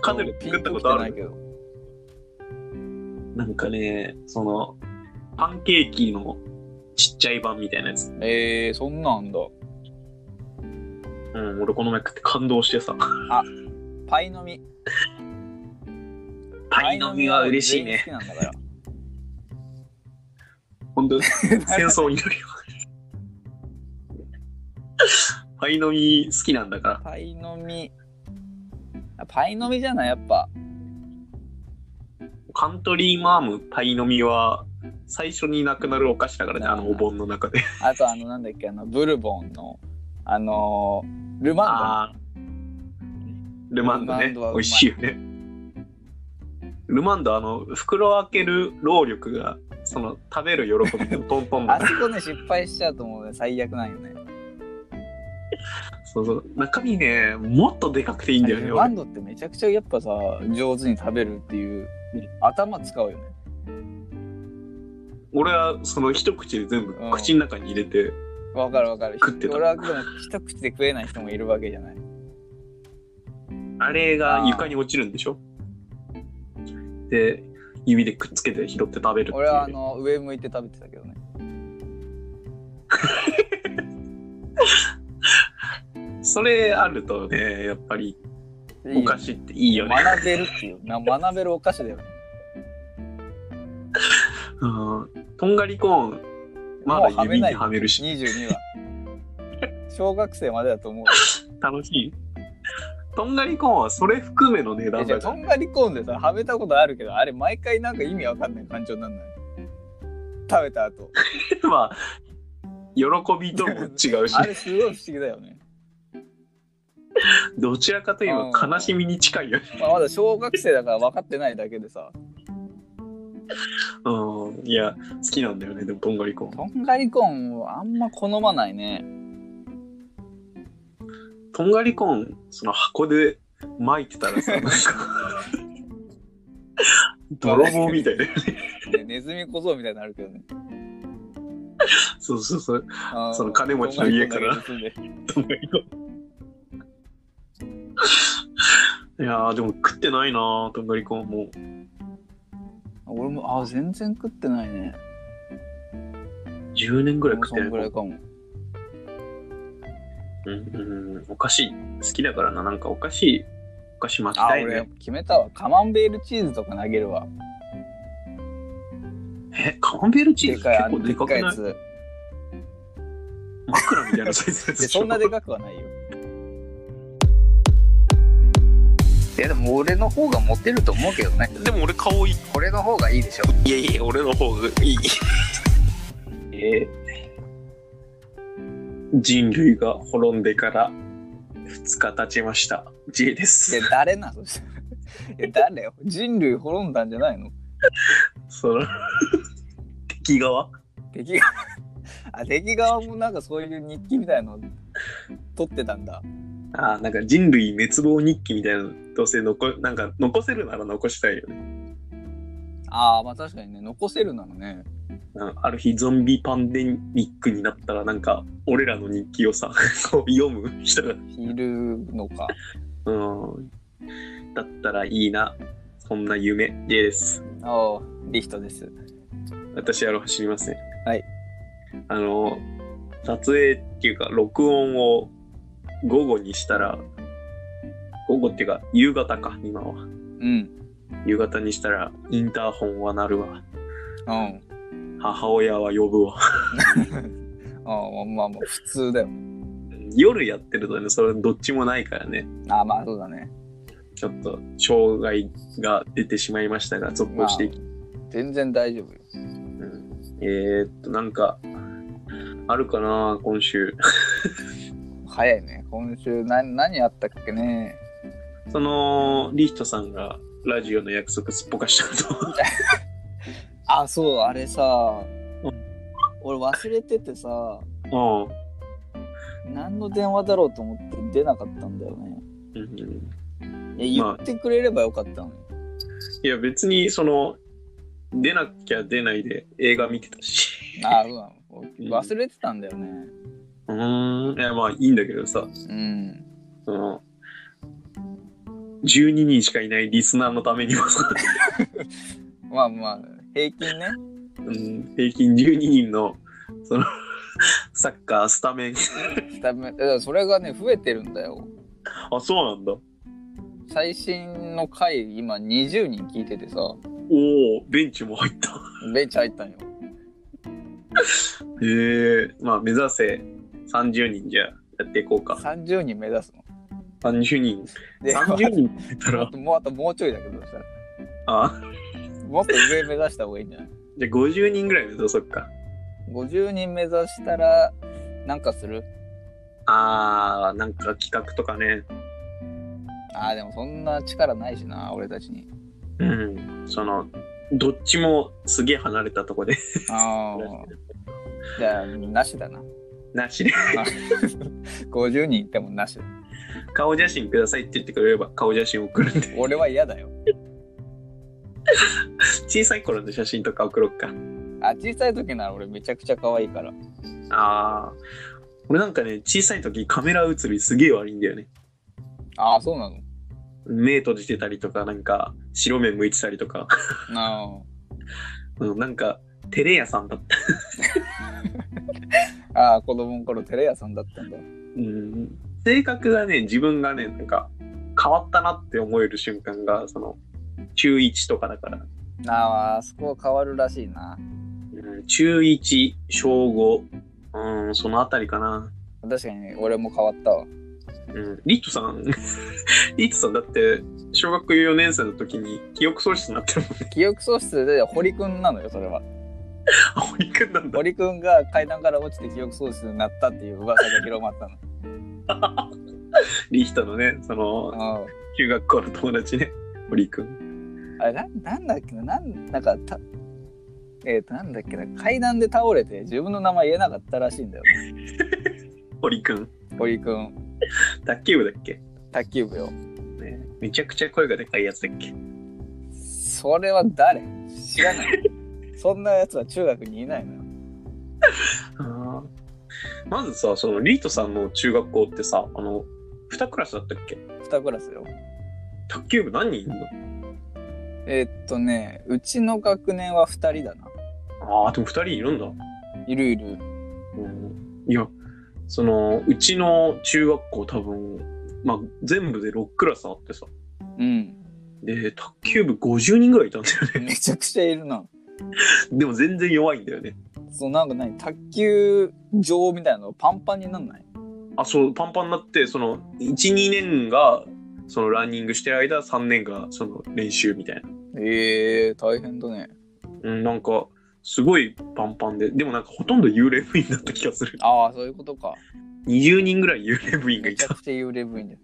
Speaker 1: カヌレ
Speaker 2: ピ
Speaker 1: 作っ
Speaker 2: ン
Speaker 1: た
Speaker 2: と
Speaker 1: こ
Speaker 2: き
Speaker 1: と
Speaker 2: て
Speaker 1: あ
Speaker 2: ない
Speaker 1: る
Speaker 2: けど
Speaker 1: なんかね、その、パンケーキのちっちゃい版みたいなやつ。
Speaker 2: えー、そんなんあんだ
Speaker 1: うん、俺この前食って感動して さ。
Speaker 2: パイの実
Speaker 1: パイの実は嬉しいね。
Speaker 2: パイの実は俺全員好きなんだから
Speaker 1: 本当 戦争になるよ。 パイの実好きなんだから。
Speaker 2: パイの実あパイの実じゃないやっぱ
Speaker 1: カントリーマームパイの実は最初になくなるお菓子だからね、あのお盆の中で。
Speaker 2: あとあのなんだっけあのブルボンのあのールマン
Speaker 1: ああ。ルマンド
Speaker 2: ルマン
Speaker 1: ね
Speaker 2: ド
Speaker 1: 美
Speaker 2: は。うまい
Speaker 1: 味しいよね。ルマンド、あの、袋を開ける労力が、その、食べる喜びのトントン
Speaker 2: ド
Speaker 1: だ
Speaker 2: あ
Speaker 1: から。
Speaker 2: そこね失敗しちゃうと思うね最悪なんよね
Speaker 1: そうそう。中身ね、もっとでかくていいんだよね。
Speaker 2: ルマ
Speaker 1: 俺
Speaker 2: ンドってめちゃくちゃやっぱさ上手に食べるっていう頭使うよね
Speaker 1: 俺は、その、一口で全部
Speaker 2: うん
Speaker 1: 口の中に入れて、
Speaker 2: わかるわかる
Speaker 1: 食ってた
Speaker 2: 俺はでも一口で食えない人もいるわけじゃない
Speaker 1: あれが床に落ちるんでしょで、指でくっつけて拾って食べるっていう。
Speaker 2: 俺はあの上向いて食べてたけどね
Speaker 1: それあるとね、やっぱり、
Speaker 2: いいよ
Speaker 1: お菓子っていいよね。
Speaker 2: 学べるっていうな学べるお菓子だよね
Speaker 1: うん。とんがりコーン、まだ指にはめるし、
Speaker 2: 22は 小学生までだと思う
Speaker 1: 楽しい。とんがりコーンはそれ含めの値
Speaker 2: え
Speaker 1: 段
Speaker 2: じゃ
Speaker 1: だ
Speaker 2: あ
Speaker 1: か
Speaker 2: と
Speaker 1: ら。
Speaker 2: んがりコーンでさはめたことあるけどあれ毎回なんか意味わかんない感情になんない食べた 後
Speaker 1: まあ、喜びとも違うし
Speaker 2: あ、れすごい不思議だよね、
Speaker 1: どちらかといえば悲しみに近いよね。
Speaker 2: まあ、まだ小学生だから分かってないだけでさ
Speaker 1: うん。いや、好きなんだよね、でもとんがりコーン。
Speaker 2: とんがりコーンをあんま好まないね
Speaker 1: とんがりコーン、その箱で巻いてたら さ、なんか、泥棒みたいで。
Speaker 2: でネズミ小僧みたいになるけどね
Speaker 1: そうそうそう。
Speaker 2: うん
Speaker 1: その金持ちの家から
Speaker 2: とんがりコーンだけ
Speaker 1: と
Speaker 2: 盗んで
Speaker 1: んがりコ ーン。いやー、でも食ってないなー、とんがりコーンもう。
Speaker 2: 俺もあ全然食ってないね
Speaker 1: 10年ぐらい食っ
Speaker 2: そ
Speaker 1: て
Speaker 2: ん
Speaker 1: な
Speaker 2: ぐら
Speaker 1: い
Speaker 2: い。かも
Speaker 1: うん、うん、お菓子好きだからな、なんかお菓子、お菓子巻き
Speaker 2: あ
Speaker 1: たい
Speaker 2: 俺
Speaker 1: ね。
Speaker 2: 決めたわカマンベールチーズとか投げるわ
Speaker 1: え、カマンベールチー
Speaker 2: で
Speaker 1: ズ
Speaker 2: かい
Speaker 1: 結
Speaker 2: あ
Speaker 1: 構
Speaker 2: の
Speaker 1: で
Speaker 2: でっ
Speaker 1: かく
Speaker 2: か
Speaker 1: ないい
Speaker 2: やつ
Speaker 1: 枕みたいなサイズのやつ
Speaker 2: で
Speaker 1: でしょ
Speaker 2: そんなでかくは ないよ。いやでも俺の方がモテると思うけどね。
Speaker 1: でも俺顔いい。
Speaker 2: これの方がいいでしょ。
Speaker 1: いやいや、俺の方がいい。えー人類が滅んでから2日経ちました。J で
Speaker 2: いや
Speaker 1: す。
Speaker 2: 誰なの？い や誰よ。人類滅んだんじゃないの？
Speaker 1: その 敵側
Speaker 2: 敵側あ敵側もなんかそういう日記みたいの取ってたんだ。
Speaker 1: ああ、なんか人類滅亡日記みたいなの、どうせ残、なんか残せるなら残したいよね。
Speaker 2: ああまあ確かにね残せるなのね。
Speaker 1: うんある日ゾンビパンデミックになったら、なんか俺らの日記をさ、 こう読む人が、
Speaker 2: いるの か。
Speaker 1: うん、だったらいいな。そんな夢、J です。
Speaker 2: ああリヒトです。
Speaker 1: 私は走りますね。
Speaker 2: はい。
Speaker 1: あの、撮影っていうか、録音を午後にしたら、午後っていうか、夕方か、今は。
Speaker 2: うん
Speaker 1: 夕方にしたら、インターホンは鳴るわ。
Speaker 2: うん。
Speaker 1: 母親は呼ぶわ。
Speaker 2: ああまあまあ普通だよ。
Speaker 1: 夜やってるとね、それどっちもないからね、
Speaker 2: ああまあそうだね。
Speaker 1: ちょっと、障害が出てしまいましたが、続行していき、
Speaker 2: 全然大丈夫よ。
Speaker 1: うんえーっと、なんか、あるかな、今週。
Speaker 2: 早いね今週何何あったっけね
Speaker 1: その、リヒトさんが、ラジオの約束すっぽかしたこと。
Speaker 2: あそうあれさ俺忘れててさ
Speaker 1: うん。
Speaker 2: 何の電話だろうと思って出なかったんだよね
Speaker 1: うんうん
Speaker 2: いや言ってくれればよかったのに、
Speaker 1: いや別にその出なきゃ出ないで映画見てたし
Speaker 2: ああ、そうなの。忘れてたんだよね。
Speaker 1: うーん。いや、まあいいんだけどさ、
Speaker 2: うん。
Speaker 1: その、12人しかいないリスナーのためにもさ、
Speaker 2: まあまあ、平均ね。
Speaker 1: うん、平均12人の、その、 サッカースタメン。
Speaker 2: スタメンだからそれがね、増えてるんだよ。
Speaker 1: あ、そうなんだ。
Speaker 2: 最新の回、今20人聞いててさ、
Speaker 1: おおベンチも入った。
Speaker 2: ベンチ入ったんよ。
Speaker 1: へえまあ目指せ30人じゃやっていこうか。
Speaker 2: 30人目指すの。
Speaker 1: 30人。
Speaker 2: で、
Speaker 1: 30人って言った
Speaker 2: あ
Speaker 1: ら、
Speaker 2: ともうあともうちょいだけどさ、
Speaker 1: あ、
Speaker 2: もっと上目指した方がいいんじゃない
Speaker 1: じゃあ50人ぐらい目指そっか。
Speaker 2: 50人目指したらなんかする
Speaker 1: あー、なんか企画とかね。
Speaker 2: あーでもそんな力ないしな俺たちに
Speaker 1: うん。その、どっちもすげえ離れたとこで。
Speaker 2: ああじゃあなしだな
Speaker 1: なしで。
Speaker 2: 50人いってもなしだ
Speaker 1: 顔写真くださいって言ってくれれば顔写真送るんで。
Speaker 2: 俺は嫌だよ
Speaker 1: 小さい頃の写真とか送ろっか。
Speaker 2: あ小さい時なら俺めちゃくちゃ可愛いから
Speaker 1: あー。俺なんかね、小さい時カメラ映りすげえ悪いんだよね。
Speaker 2: ああそうなの
Speaker 1: 目閉じてたりとか、なんか白目向いてたりとか。
Speaker 2: あ
Speaker 1: うん、なんか、テレ屋さんだった。
Speaker 2: ーあー子供の頃テレ屋さんだったんだ
Speaker 1: うん。性格がね、自分がね、なんか、変わったなって思える瞬間が、その、中1とかだから。
Speaker 2: あーあそこは変わるらしいな
Speaker 1: うん、中1、小5、うん、そのあたりかな。
Speaker 2: 確かに俺も変わったわ
Speaker 1: うん、リットさん、 リットさんだって、小学4年生の時に記憶喪失になってるもんね。
Speaker 2: 記憶喪失で堀くんなのよそれは
Speaker 1: あ、堀くんなんだ。
Speaker 2: 堀くんが階段から落ちて記憶喪失になったっていう噂が広まったの
Speaker 1: リヒトのね、その、
Speaker 2: あー
Speaker 1: 中学校の友達ね、堀くん。
Speaker 2: あれななんだっけななんなんかたえーとなんだっけな階段で倒れて自分の名前言えなかったらしいんだよね
Speaker 1: 堀くん。
Speaker 2: 堀くん
Speaker 1: 卓球部だっけ、
Speaker 2: 卓球部よ
Speaker 1: ね、めちゃくちゃ声がでかいやつだっけ
Speaker 2: それは誰知らないそんなやつは中学にいないのよ
Speaker 1: あーまずさそのリートさんの中学校ってさあの2クラスだったっけ
Speaker 2: 2クラスよ
Speaker 1: 卓球部何人いるの
Speaker 2: えーっとねうちの学年は2人だな
Speaker 1: あーでも2人いるんだ、
Speaker 2: いるいる
Speaker 1: うん、いやそのうちの中学校多分、まあ、全部で6クラスあってさ
Speaker 2: うん
Speaker 1: で卓球部50人ぐらいいたんだよね
Speaker 2: めちゃくちゃいるな
Speaker 1: でも全然弱いんだよね
Speaker 2: そうなんか何卓球場みたいなのパンパンになんない
Speaker 1: あそうパンパンになってその12年がそのランニングしてる間3年がその練習みたいな
Speaker 2: えー、大変だね
Speaker 1: うん、なんか、すごいパンパンで、でもなんかほとんど幽霊部員だった気がする。
Speaker 2: ああそういうことか
Speaker 1: 20人ぐらい幽霊部員が
Speaker 2: め
Speaker 1: い
Speaker 2: ちゃ
Speaker 1: た。
Speaker 2: くちゃ幽霊部員だ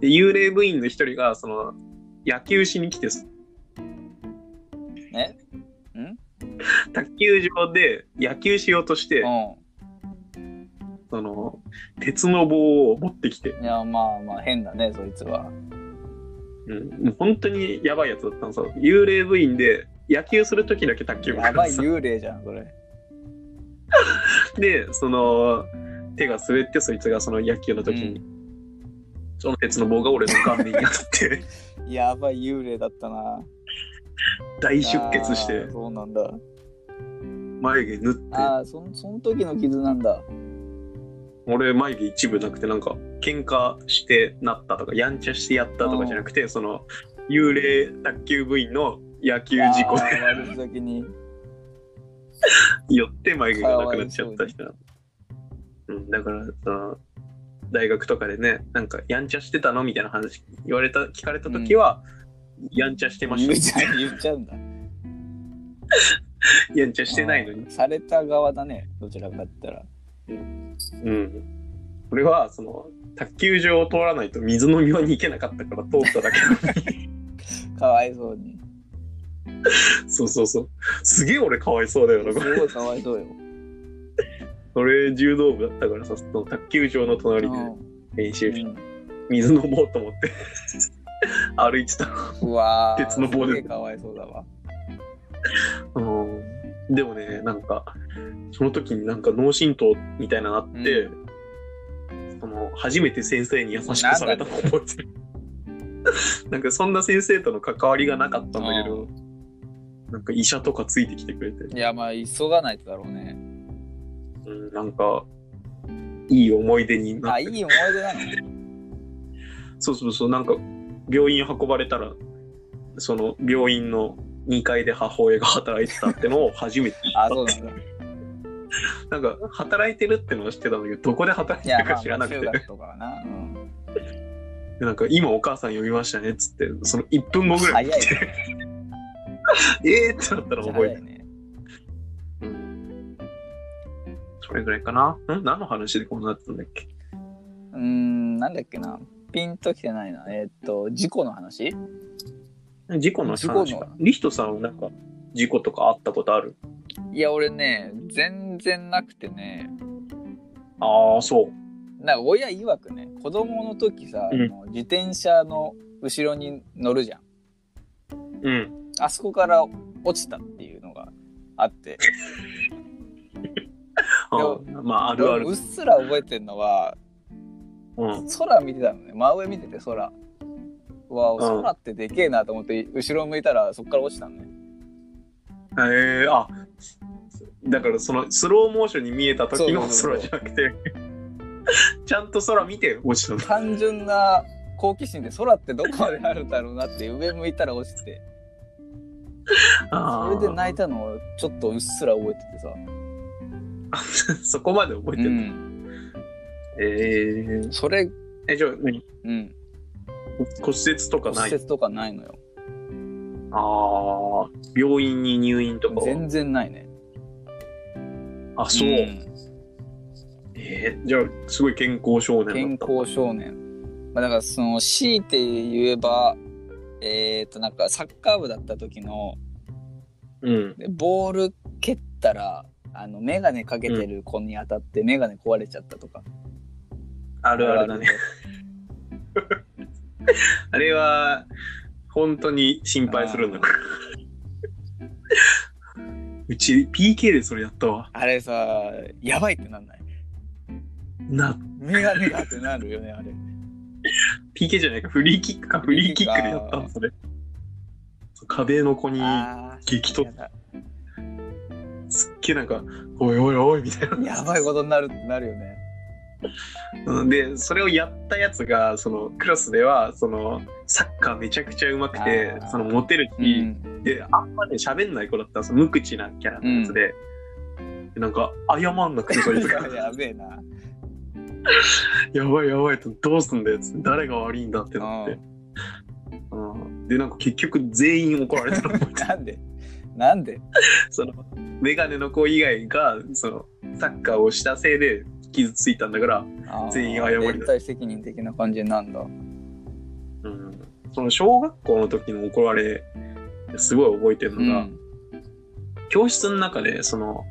Speaker 1: で、幽霊部員の一人が、その、野球しに来て、
Speaker 2: え
Speaker 1: 卓球場で野球しようとして、
Speaker 2: うん
Speaker 1: その、鉄の棒を持ってきて、
Speaker 2: いやまあまあ変だねそいつは
Speaker 1: うん、もう本当にやばいやつだったのさ、幽霊部員で、野球するときだけ卓球部
Speaker 2: やばい
Speaker 1: さ
Speaker 2: 幽霊じゃんそれ
Speaker 1: で、その、手が滑って、そいつがその野球の時に、
Speaker 2: う
Speaker 1: その鉄の棒が俺の顔面に当たっ て、
Speaker 2: やばい幽霊だったな
Speaker 1: 大出血し
Speaker 2: あ
Speaker 1: て
Speaker 2: ー、そうなんだ
Speaker 1: 眉毛縫って、
Speaker 2: ああそんその時の傷なんだ
Speaker 1: 俺眉毛一部なくてなんか喧嘩してなったとかやんちゃしてやったとかじゃなくてその幽霊卓球部員の野球事故
Speaker 2: あ
Speaker 1: で
Speaker 2: ー悪ふざけに
Speaker 1: よって眉毛がなくなっちゃった人なのうん、だからその大学とかでねなんかやんちゃしてたのみたいな話言われた聞かれた時は、やんちゃしてま
Speaker 2: 言っ
Speaker 1: し
Speaker 2: ち
Speaker 1: た
Speaker 2: ゃう言っちゃうんだ
Speaker 1: やんちゃしてないのに
Speaker 2: あーされた側だねどちらかって言ったら
Speaker 1: うん俺はその卓球場を通らないと水飲み場に行けなかったから通っただ けなのに
Speaker 2: かわいそうに
Speaker 1: そうそうそう。すげえ俺かわいそうだよな、これ。
Speaker 2: すごいかわいそうよ、
Speaker 1: 俺、柔道部だったからさ、その卓球場の
Speaker 2: う
Speaker 1: 隣で
Speaker 2: ん
Speaker 1: 練
Speaker 2: う
Speaker 1: 習して、
Speaker 2: ん
Speaker 1: 水飲もうと思って、歩いてた。
Speaker 2: うわー
Speaker 1: 鉄の棒です
Speaker 2: げえかわいそうだわ
Speaker 1: うんでもね、なんか、その時になんか脳震盪みたいなのあって、
Speaker 2: う
Speaker 1: その、初めて先生に優しくされたのを覚えてる。 なんかそんな先生との関わりがなかったんだけど、なんか医者とかついてきてくれて、
Speaker 2: いや、まあ、急がないとだろうね。
Speaker 1: うん、なんか、いい思い出になっ
Speaker 2: あ、
Speaker 1: て
Speaker 2: いい思い出なの
Speaker 1: そうそうそう、なんか、病院運ばれたら、その、病院の2階で母親が働いてたってのを初めて知った
Speaker 2: あ、そうなんだ。
Speaker 1: なんか、働いてるってのは知ってたんだけど、どこで働い
Speaker 2: い
Speaker 1: て
Speaker 2: や、
Speaker 1: るか
Speaker 2: まあ、
Speaker 1: 知らなくて、
Speaker 2: 中学とかはな。うん、
Speaker 1: なんか、今お母さん呼びましたねっつって、その1分後ぐらいに来て、えーってなったら覚えて
Speaker 2: 早い
Speaker 1: る。
Speaker 2: ね。
Speaker 1: それぐらいかな。ん何の話でこうなったんだっけ
Speaker 2: うーん、なんだっけな。ピンときてないな。えーっと、事故の話
Speaker 1: 事故の話
Speaker 2: 事故
Speaker 1: か
Speaker 2: の。
Speaker 1: リヒトさんはなんか、事故とかあったことある
Speaker 2: いや、俺ね、全然なくてね。
Speaker 1: ああ、そう。
Speaker 2: なんか親曰くね、子供の時さ、
Speaker 1: うん
Speaker 2: あの自転車の後ろに乗るじゃん。
Speaker 1: うん。
Speaker 2: あそこから落ちたっていうのがあって。
Speaker 1: あーまあ、あるあ
Speaker 2: 俺う
Speaker 1: る。
Speaker 2: っすら覚えてるのは、
Speaker 1: うん。
Speaker 2: 空見てたのね。真上見てて空。うわ
Speaker 1: ん
Speaker 2: 空ってでけえなと思って、後ろ向いたらそこから落ちたのね。
Speaker 1: ええあだからそのスローモーションに見えた時の
Speaker 2: そうそう
Speaker 1: 空じ
Speaker 2: そう
Speaker 1: ゃなくてちゃんと空見て落ちたの
Speaker 2: 単純な好奇心で空ってどこまであるんだろうなって上向いたら落ちてそ
Speaker 1: あ
Speaker 2: れで
Speaker 1: ー
Speaker 2: 泣いたのをちょっとうっすら覚えてて さ、
Speaker 1: そこまで覚えて
Speaker 2: う
Speaker 1: る、
Speaker 2: ん、
Speaker 1: えー
Speaker 2: それ、
Speaker 1: えじゃあ何
Speaker 2: うん、
Speaker 1: 骨折とかな
Speaker 2: 骨
Speaker 1: い
Speaker 2: 折とかないのよ
Speaker 1: ああ病院に入院とかは
Speaker 2: 全然ないね
Speaker 1: あそう、
Speaker 2: ん
Speaker 1: えーじゃあすごい健康少年
Speaker 2: 健
Speaker 1: だった
Speaker 2: 康少年、まあ、だからその強いて言えばえっ、となんかサッカー部だった時の
Speaker 1: うん
Speaker 2: でボール蹴ったらあの眼鏡かけてる子に当たって眼鏡壊れちゃったとか、
Speaker 1: あるあるだねあれは本当に心配するんだから うち PK でそれやったわ
Speaker 2: あれさやばいってなんない
Speaker 1: な
Speaker 2: 眼鏡がってなるよねあれ
Speaker 1: PK じゃないか、フリーキックか、フリーキックでやったの、それ。そう壁の子に、
Speaker 2: あー
Speaker 1: 激突
Speaker 2: やだ
Speaker 1: すっげえなんか、おいおいおい、みたい
Speaker 2: やばいことになるなるよね。
Speaker 1: な。で、それをやったやつが、その、クラスでは、その、サッカーめちゃくちゃ上手くて
Speaker 2: あー、
Speaker 1: その、モテる
Speaker 2: う
Speaker 1: し、
Speaker 2: ん。
Speaker 1: で、あんまね、喋んない子だったんです無口なキャラのやつで、でなんか、謝んなくて、そいつが
Speaker 2: やべえな。
Speaker 1: やばいやばいと、どうすんだよ、つって誰が悪いんだってなって。うんで、なんか結局全員怒られたの 覚えてる
Speaker 2: なんでなんで
Speaker 1: そのメガネの子以外がそのサッカーをしたせいで傷ついたんだから、
Speaker 2: あー
Speaker 1: 全員謝りだ
Speaker 2: 連帯責任的な感じになんだ。
Speaker 1: うん、その小学校の時の怒られすごい覚えてるのが、
Speaker 2: うん
Speaker 1: 教室の中でその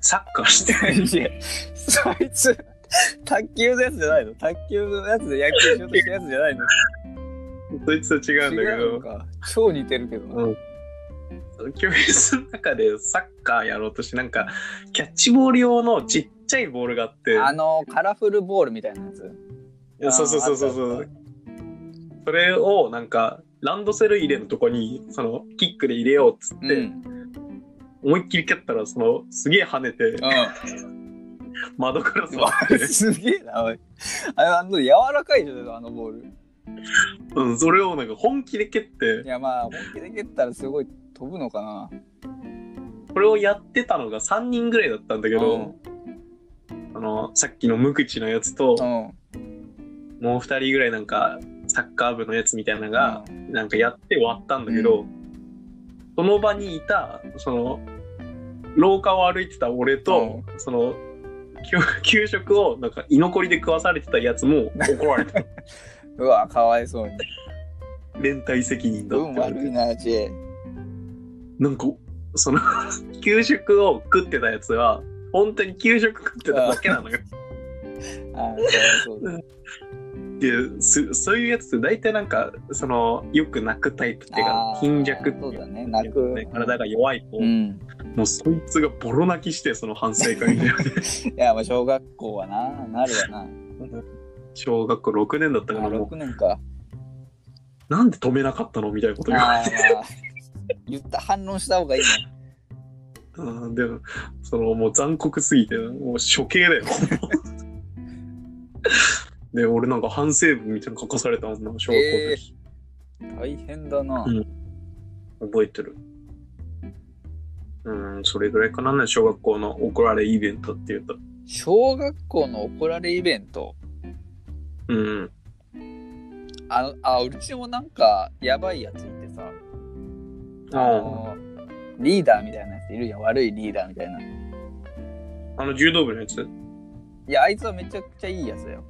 Speaker 1: サッカーして
Speaker 2: いや、そいつ、卓球のやつじゃないの卓球のやつで野球しようとしたやつじゃないの
Speaker 1: そいつと違うんだけ
Speaker 2: 違うの
Speaker 1: ど
Speaker 2: か。超似てるけどな。
Speaker 1: 教室の中でサッカーやろうとしてなんかキャッチボール用のちっちゃいボールがあって
Speaker 2: あの、カラフルボールみたいなやつ。
Speaker 1: いやそうそうそうそうそ
Speaker 2: あったあっ
Speaker 1: うそれをなんかランドセル入れのとこにそのキックで入れようっつって、
Speaker 2: うん。
Speaker 1: 思いっきり蹴ったらそのすげえ跳ねて窓から
Speaker 2: う
Speaker 1: さ
Speaker 2: ん。 わすげえな、おい。あれあの、柔らかいじゃん、あのボール。
Speaker 1: うん、それをなんか本気で蹴っ
Speaker 2: い
Speaker 1: て
Speaker 2: やまあ本気で蹴ったらすごい飛ぶのかな。
Speaker 1: これをやってたのが3人ぐらいだったんだけど、あのさっきの無口のやつと
Speaker 2: う、ん。
Speaker 1: もう2人ぐらいなんかサッカー部のやつみたいなのが、なんかやって終わったんだけど、その場にいたその廊下を歩いてた俺と、その給給食をなんか居残りで食わされてたやつも怒られた
Speaker 2: うわ、かわいそうに。
Speaker 1: 連帯責任だって
Speaker 2: 運
Speaker 1: 言われて
Speaker 2: 悪いな、ジェ。
Speaker 1: なんか、その、 給食を食ってたやつは、本当に給食食ってただけなのよ。
Speaker 2: あーかわいそうだ。
Speaker 1: で、そそういうやつって大体なんか、その、よく泣くタイプっていうか
Speaker 2: あー、
Speaker 1: 貧弱って
Speaker 2: そう
Speaker 1: いう
Speaker 2: だ
Speaker 1: か
Speaker 2: ね、泣く。
Speaker 1: 体が弱い子
Speaker 2: うん。
Speaker 1: もうそいつがボロ泣きして、その反省会 で。
Speaker 2: いや、まあ小学校はな、なるわな。
Speaker 1: 小学校6年だったから、
Speaker 2: あ
Speaker 1: も
Speaker 2: 6年 か。
Speaker 1: う、なんで止めなかったのみたいなこと言われて
Speaker 2: あーまあ言った反論した方がいいね。
Speaker 1: うんでも、そのもう残酷すぎて、もう処刑 だよ。で、俺なんか反省文みたいなの書かされたもんな、小学校で、
Speaker 2: 大変だな。
Speaker 1: うん覚えてる。うん、それぐらいかな、小学校の怒られイベントっていうと。
Speaker 2: 小学校の怒られイベント。
Speaker 1: うん。
Speaker 2: あの、あ、うちもなんか、やばいやついてさ、
Speaker 1: あ
Speaker 2: あ
Speaker 1: あ
Speaker 2: の、リーダーみたいなやついるやん。悪いリーダーみたいな。い
Speaker 1: あの柔道部のやつ
Speaker 2: や、あいつはめちゃくちゃいいやつだよ。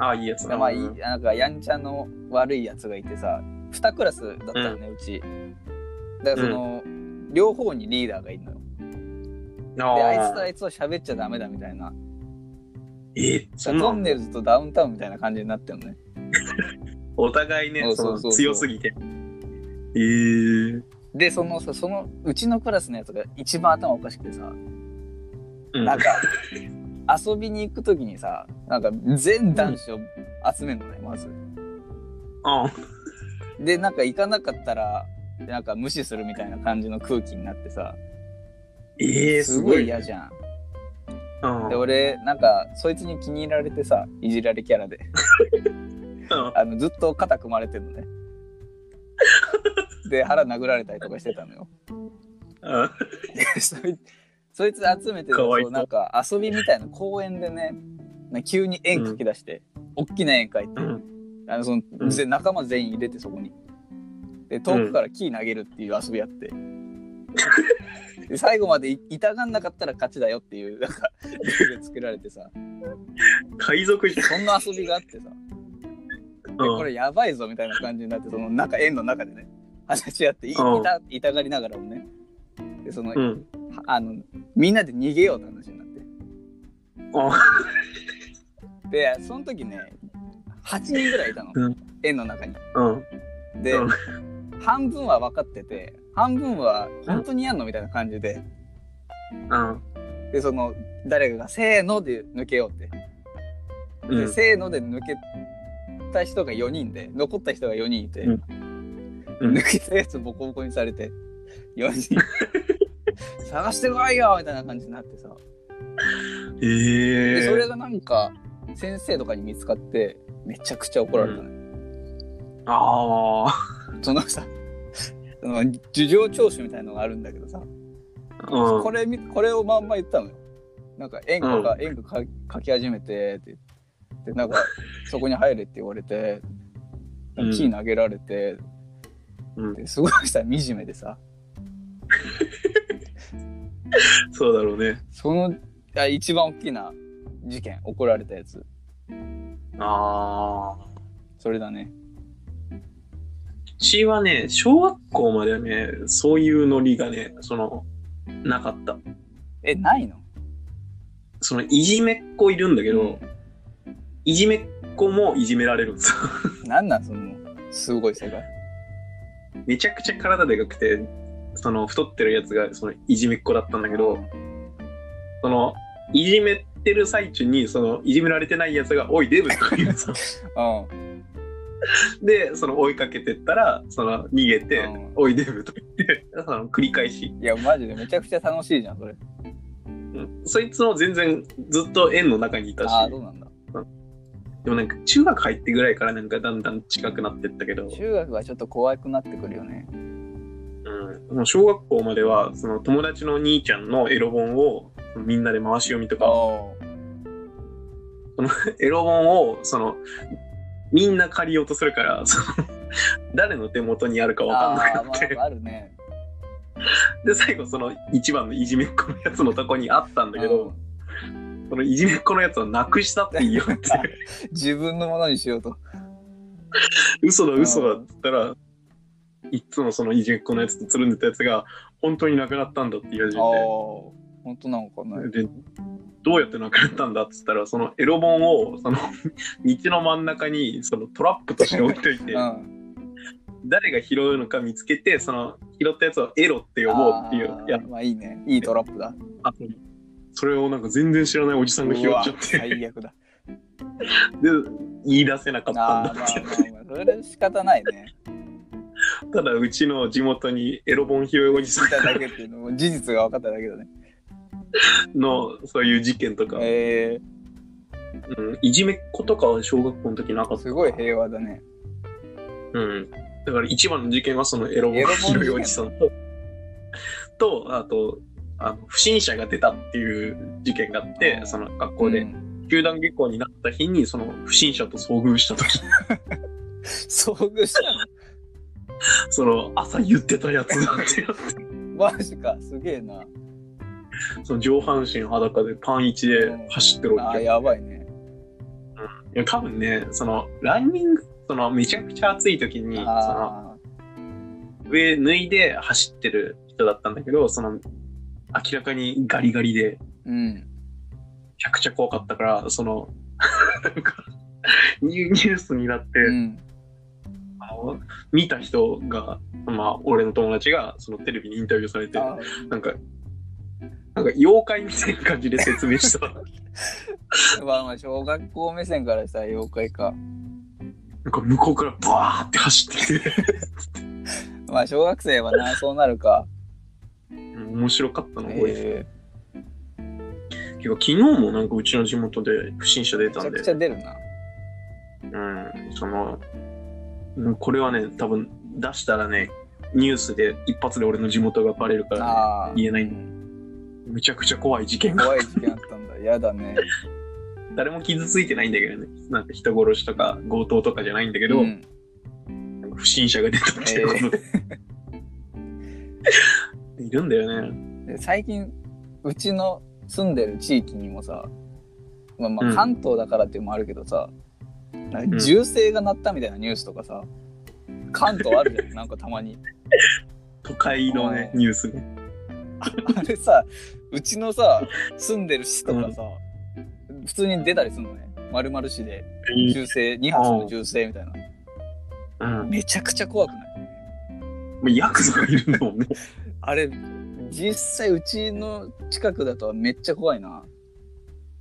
Speaker 1: ああ、いいやつ
Speaker 2: まあ、いいなんか、やんちゃの悪いやつがいてさ、2クラスだったのね、うち。だから、その、両方にリーダーがいるのよ。
Speaker 1: あ
Speaker 2: で、あいつと
Speaker 1: あ
Speaker 2: あいつは喋っちゃダメだみたいな。
Speaker 1: え、そんな
Speaker 2: トン
Speaker 1: ん
Speaker 2: ネルズとダウンタウンみたいな感じになってるのね。
Speaker 1: お互いね、
Speaker 2: そうそう
Speaker 1: そ
Speaker 2: そう
Speaker 1: の強すぎて。ええ
Speaker 2: で、そのさ、そのうちのクラスのやつが一番頭おかしくてさ、
Speaker 1: うん
Speaker 2: なんか、遊びに行くときにさ、なんか全男子を集めるのね、まず。
Speaker 1: ああ
Speaker 2: で、なんか行かなかったら、なんか無視するみたいな感じの空気になってさ、
Speaker 1: ええ
Speaker 2: す
Speaker 1: す
Speaker 2: ご
Speaker 1: ご
Speaker 2: い
Speaker 1: いね。
Speaker 2: 嫌じゃん。
Speaker 1: うん
Speaker 2: で、俺、なんか、そいつに気に入られてさ、いじられキャラで、
Speaker 1: うん
Speaker 2: あの、ずっと肩組まれてるのね。で、腹殴られたりとかしてたのよ。
Speaker 1: うん
Speaker 2: でそいそいつ集めて
Speaker 1: かわいそう
Speaker 2: そうなんか遊びみたいな公園でねな急に円かき出して、大きな円描いて、
Speaker 1: うん
Speaker 2: あのその
Speaker 1: うん
Speaker 2: ぜ仲間全員入れてそこにで遠くから木投げるっていう遊びや って、で最後までい痛がんなかったら勝ちだよっていうなんかルール作られてさ
Speaker 1: 海賊じゃん。
Speaker 2: そんな遊びがあってさ
Speaker 1: う
Speaker 2: で
Speaker 1: ん
Speaker 2: これやばいぞみたいな感じになってその中円の中でね話し合ってい
Speaker 1: うん
Speaker 2: 痛痛がりながらもねでその、
Speaker 1: うん。
Speaker 2: あのみんなで逃げようって話になって
Speaker 1: あ
Speaker 2: でその時ね8人ぐらいいたの、
Speaker 1: うん
Speaker 2: 円の中に
Speaker 1: うん。
Speaker 2: で、
Speaker 1: うん
Speaker 2: 半分は分かってて半分は本当にやんのみたいな感じで
Speaker 1: うん。
Speaker 2: でその誰かが「せーの」で抜けようって
Speaker 1: う
Speaker 2: で、
Speaker 1: ん。
Speaker 2: せーので抜けた人が4人で残った人が4人いて、
Speaker 1: うんうん
Speaker 2: 抜けたやつボコボコにされて4人 探してこいよみたいな感じになってさ
Speaker 1: ええ
Speaker 2: でそれがなんか先生とかに見つかってめちゃくちゃ怒られたの、
Speaker 1: あ
Speaker 2: そのさ、 その事情聴取みたいのがあるんだけどさ、
Speaker 1: あ。うん。
Speaker 2: これみこれをまんま言ったのよ。なんか演歌が、
Speaker 1: う
Speaker 2: 演歌か書き始めてってでなんかそこに入れって言われて、
Speaker 1: うん
Speaker 2: キー投げられて、
Speaker 1: うん
Speaker 2: ですごいさ惨めでさ、
Speaker 1: そうだろうね。
Speaker 2: そのあ一番大きな事件怒られたやつ、
Speaker 1: ああ。
Speaker 2: それだね。
Speaker 1: うちはね、小学校まではね、そういうノリがね、その、なかった。
Speaker 2: えないの？
Speaker 1: その、いじめっ子いるんだけど、
Speaker 2: う
Speaker 1: いじめっ子もいじめられるんですよ。
Speaker 2: ん、なんなんそのすごい世界。
Speaker 1: めちゃくちゃ体でかくて、その、太ってるやつが、その、いじめっ子だったんだけど、その、いじめてる最中に、その、いじめられてないやつが、おい、デブとか言うん ですよ。
Speaker 2: うん、
Speaker 1: で、その追いかけてったら、その逃げて、
Speaker 2: うん
Speaker 1: おいデブとか言って、その繰り返し、
Speaker 2: いやマジでめちゃくちゃ楽しいじゃんそれ。
Speaker 1: うんそいつも全然ずっと円の中にいたし
Speaker 2: あ、あどうなんだ。
Speaker 1: でもなんか中学入ってぐらいからなんかだんだん近くなってったけど、
Speaker 2: 中学はちょっと怖くなってくるよね。
Speaker 1: うん、もう小学校までは、その友達の兄ちゃんのエロ本をみんなで回し読みとか、エロ本をその、みんな借りようとするから、その誰の手元にあるかわかんな
Speaker 2: あ
Speaker 1: く
Speaker 2: ー、
Speaker 1: な
Speaker 2: ま
Speaker 1: っ
Speaker 2: あ
Speaker 1: て、、
Speaker 2: あるね。
Speaker 1: で、最後その一番のいじめっ子のやつのとこにあったんだけど、
Speaker 2: うん
Speaker 1: そのいじめっ子のやつをなくしたって言いよう って、
Speaker 2: 自分のものにしようと。
Speaker 1: 嘘だ嘘だって言ったら、いっつもそのいじめっ子のやつとつるんでたやつが、本当になくなったんだって言い始
Speaker 2: ああ
Speaker 1: め、
Speaker 2: 本当なのかな。
Speaker 1: て、で、どうやってなくなったんだって言ったら、その エロ本を、その道の真ん中にそのトラップとして置いといて、
Speaker 2: うん。
Speaker 1: 誰が拾うのか見つけて、その拾ったやつをエロって呼ぼうっていう
Speaker 2: あー
Speaker 1: や
Speaker 2: まあいいね。いいトラップだ。
Speaker 1: つ。それをなんか全然知らないおじさんが拾っち
Speaker 2: う
Speaker 1: ゃ
Speaker 2: わ
Speaker 1: って、
Speaker 2: 最 悪だ。
Speaker 1: で、言い出せなかったんだ
Speaker 2: あーまあまあまあ、それは仕方ないね。
Speaker 1: ただうちの地元にエロ本拾いおじさ
Speaker 2: 聞いただけっていうのも事実が分かっただけだね。
Speaker 1: んのそういう事件とか、
Speaker 2: え
Speaker 1: うん、いじめっ子とかは小学校の時なかっ
Speaker 2: ー、
Speaker 1: た
Speaker 2: すごい平和だね。
Speaker 1: うん、だから一番の事件はそ のエロ本拾いおじさんととあとあの不審者が出たっていう事件があって
Speaker 2: あー
Speaker 1: その学校で
Speaker 2: うん
Speaker 1: 球団下校になった日にその不審者と遭遇した時
Speaker 2: 遭遇した
Speaker 1: その朝言ってたやつだって なって
Speaker 2: のマジか、すげえな。
Speaker 1: その上半身裸でパン一で走ってるわ
Speaker 2: あ
Speaker 1: け
Speaker 2: ー
Speaker 1: よ
Speaker 2: やばいね。
Speaker 1: いや多分ねそのランニングそのめちゃくちゃ暑い時にその
Speaker 2: あ
Speaker 1: 上脱いで走ってる人だったんだけどその明らかにガリガリで
Speaker 2: ーうん。
Speaker 1: めちゃくちゃ怖かったから、その、 なんか、ニュニュースになって、
Speaker 2: うん。
Speaker 1: あの見た人が、まあ、俺の友達が、そのテレビにインタビューされて、
Speaker 2: あ
Speaker 1: なんか、なんか妖怪みたいな感じで説明 した。な
Speaker 2: ーまあまあ、小学校目線からしたら妖怪か。
Speaker 1: んか向こうからバーって走ってきて、
Speaker 2: まあ、小学生はな、そうなるか。
Speaker 1: 面白かったの覚えてる
Speaker 2: え
Speaker 1: けど昨日もなんかうちの地元で不審者出
Speaker 2: ー、め
Speaker 1: た
Speaker 2: ち
Speaker 1: ん
Speaker 2: ゃ
Speaker 1: で
Speaker 2: くち、ゃ出るな。
Speaker 1: うん、その、うんこれはね、多分出したらね、ニュースで一発で俺の地元がバレるからね、
Speaker 2: ああ。
Speaker 1: 言えない
Speaker 2: うん
Speaker 1: めちゃくちゃ怖い事件が
Speaker 2: 怖い事件あっ たんだ。やだね。
Speaker 1: 誰も傷ついてないんだけどねなんか人殺しとか強盗とかじゃないんだけど、
Speaker 2: うん
Speaker 1: なんか不審者が出たっていうことで、 いるんだよね
Speaker 2: で最近うちの住んでる地域にもさ、まあ、ま
Speaker 1: う
Speaker 2: あ
Speaker 1: ん
Speaker 2: 関東だからっていうのもあるけどさ、なん
Speaker 1: う
Speaker 2: か
Speaker 1: ん
Speaker 2: 銃声が鳴ったみたいなニュースとかさ関東ある じゃんなんかたまに
Speaker 1: 都会のね
Speaker 2: うん
Speaker 1: ニュースね
Speaker 2: あれさうちのさ住んでる市とかさ、普通に出たりするのね丸々市で銃声2発の銃声みたいな
Speaker 1: うん、も
Speaker 2: めちゃくちゃ怖くないう
Speaker 1: ヤクザがいるんだもんね
Speaker 2: あれ実際うちの近くだとめっちゃ怖いな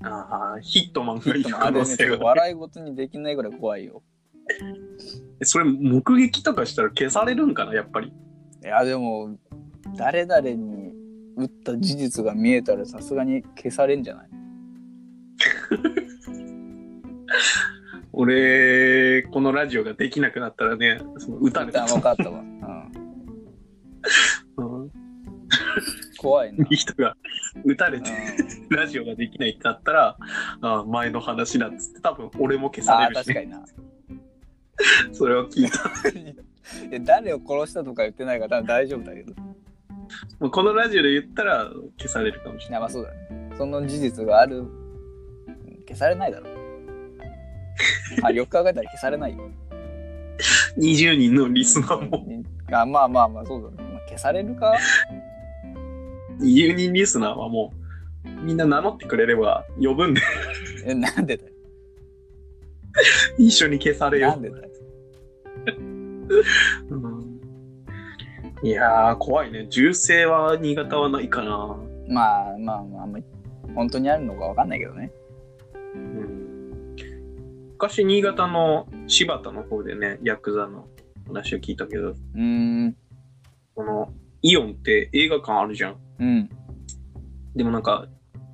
Speaker 1: ああヒットマン
Speaker 2: ヒ
Speaker 1: がい
Speaker 2: ット
Speaker 1: る
Speaker 2: も
Speaker 1: 可
Speaker 2: あれ
Speaker 1: 能
Speaker 2: ね
Speaker 1: 性
Speaker 2: ちょっと
Speaker 1: が
Speaker 2: 笑い事にできないぐらい怖いよ
Speaker 1: それ目撃とかしたら消されるんかなやっぱり
Speaker 2: いやでも誰々に打った事実が見えたらさすがに消されんじゃない
Speaker 1: 俺このラジオができなくなったらねその撃たれた
Speaker 2: あ分かったわ、うん、
Speaker 1: うん
Speaker 2: 怖いな、
Speaker 1: 人が撃たれ
Speaker 2: うん
Speaker 1: て、ラジオができないってなったら、あ前の話だっつって、多分俺も消
Speaker 2: あ
Speaker 1: さ
Speaker 2: ー
Speaker 1: れるし、
Speaker 2: 確か
Speaker 1: ね、
Speaker 2: にな
Speaker 1: それを聞いた。
Speaker 2: いや誰を殺したとか言ってないから多分大丈夫だけど
Speaker 1: もうこのラジオで言ったら消されるかもしれ
Speaker 2: やばそうだねその事実があるうん消されないだ ろあよく考えたら消されないよ
Speaker 1: ない。20人のリスナーも、
Speaker 2: うんあまあまあまあそうだね、まあ、消されるか
Speaker 1: 20人リスナーはもう、みんな名乗ってくれれば呼ぶんで、
Speaker 2: えなんでだよ
Speaker 1: 一緒に消され
Speaker 2: な
Speaker 1: よ
Speaker 2: んでだよ
Speaker 1: う。うんいやー、怖いね。銃声は新潟はないかな。
Speaker 2: まあまあまああんまり本当にあるのか分かんないけどね
Speaker 1: うん、昔、新潟の柴田の方でね、ヤクザの話を聞いたけど、
Speaker 2: うーん
Speaker 1: この、イオンって映画館あるじゃん。
Speaker 2: うん
Speaker 1: でもなんか、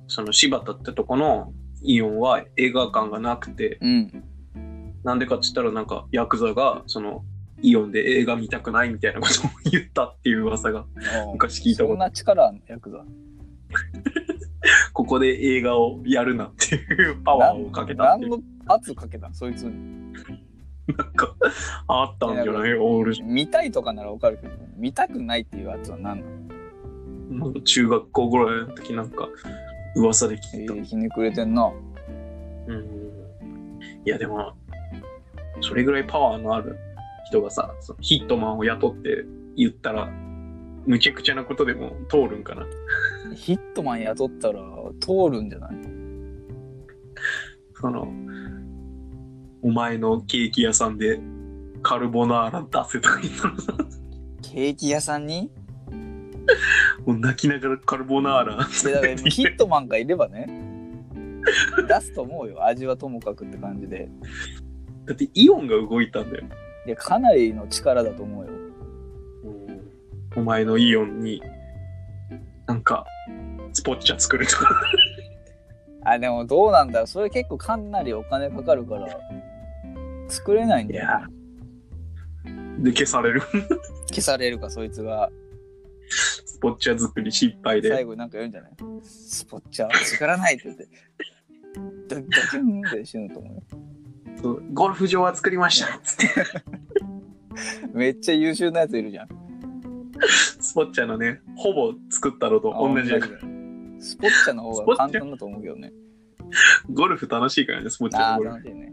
Speaker 1: その柴田ってとこのイオンは映画館がなくて、
Speaker 2: うん。
Speaker 1: なんでかって言ったらなんかヤクザがそのイオンで映画見たくないみたいなことを言ったっていう噂が、 昔聞いたこと
Speaker 2: そんな力あんのヤクザ。
Speaker 1: ここで映画をやるなっていうパワーをかけたってい
Speaker 2: 何
Speaker 1: う、
Speaker 2: の圧かけたんそいつに。
Speaker 1: なんか、あったんじゃないオール、
Speaker 2: 見たいとかならわかるけど、見たくないっていう圧は何なの
Speaker 1: なんか中学校ぐらいの時なんか噂で
Speaker 2: え
Speaker 1: 聞いた。
Speaker 2: ー、ひねくれてんな。
Speaker 1: うん。いやでも、それぐらいパワーのある人がさ、そのヒットマンを雇って言ったら、むちゃくちゃなことでも通るんかな。
Speaker 2: ヒットマン雇ったら通るんじゃない
Speaker 1: その、お前のケーキ屋さんでカルボナーラ出せとか言ったのさ、
Speaker 2: ケーキ屋さ んに
Speaker 1: もう泣きながらカルボナーラ。
Speaker 2: でだからもうヒットマンがいればね出すと思うよ味はともかくって感じで
Speaker 1: だってイオンが動いたんだよ。
Speaker 2: いやかなりの力だと思うよ
Speaker 1: お前のイオンに、なんか、スポッチャ作るとか。
Speaker 2: あでもどうなんだろうそれ結構かなりお金かかるから作れないんだよね
Speaker 1: で、消される。
Speaker 2: 消されるかそいつが
Speaker 1: スポッチャ作り失敗で
Speaker 2: 最。後なんか言うんじゃないスポッチャー作らないって言ってドドキュンって死ぬと思うよ
Speaker 1: そうゴルフ場は作りました。つって、
Speaker 2: めっちゃ優秀なやついるじゃん
Speaker 1: スポッチャのね、ほぼ作ったのと同じだから。
Speaker 2: スポッチャの方が簡単だと思うけどね
Speaker 1: ゴルフ楽しいからね、スポッチャ
Speaker 2: あ
Speaker 1: の
Speaker 2: あ
Speaker 1: ゴ
Speaker 2: ー
Speaker 1: ルフ。
Speaker 2: 楽しいね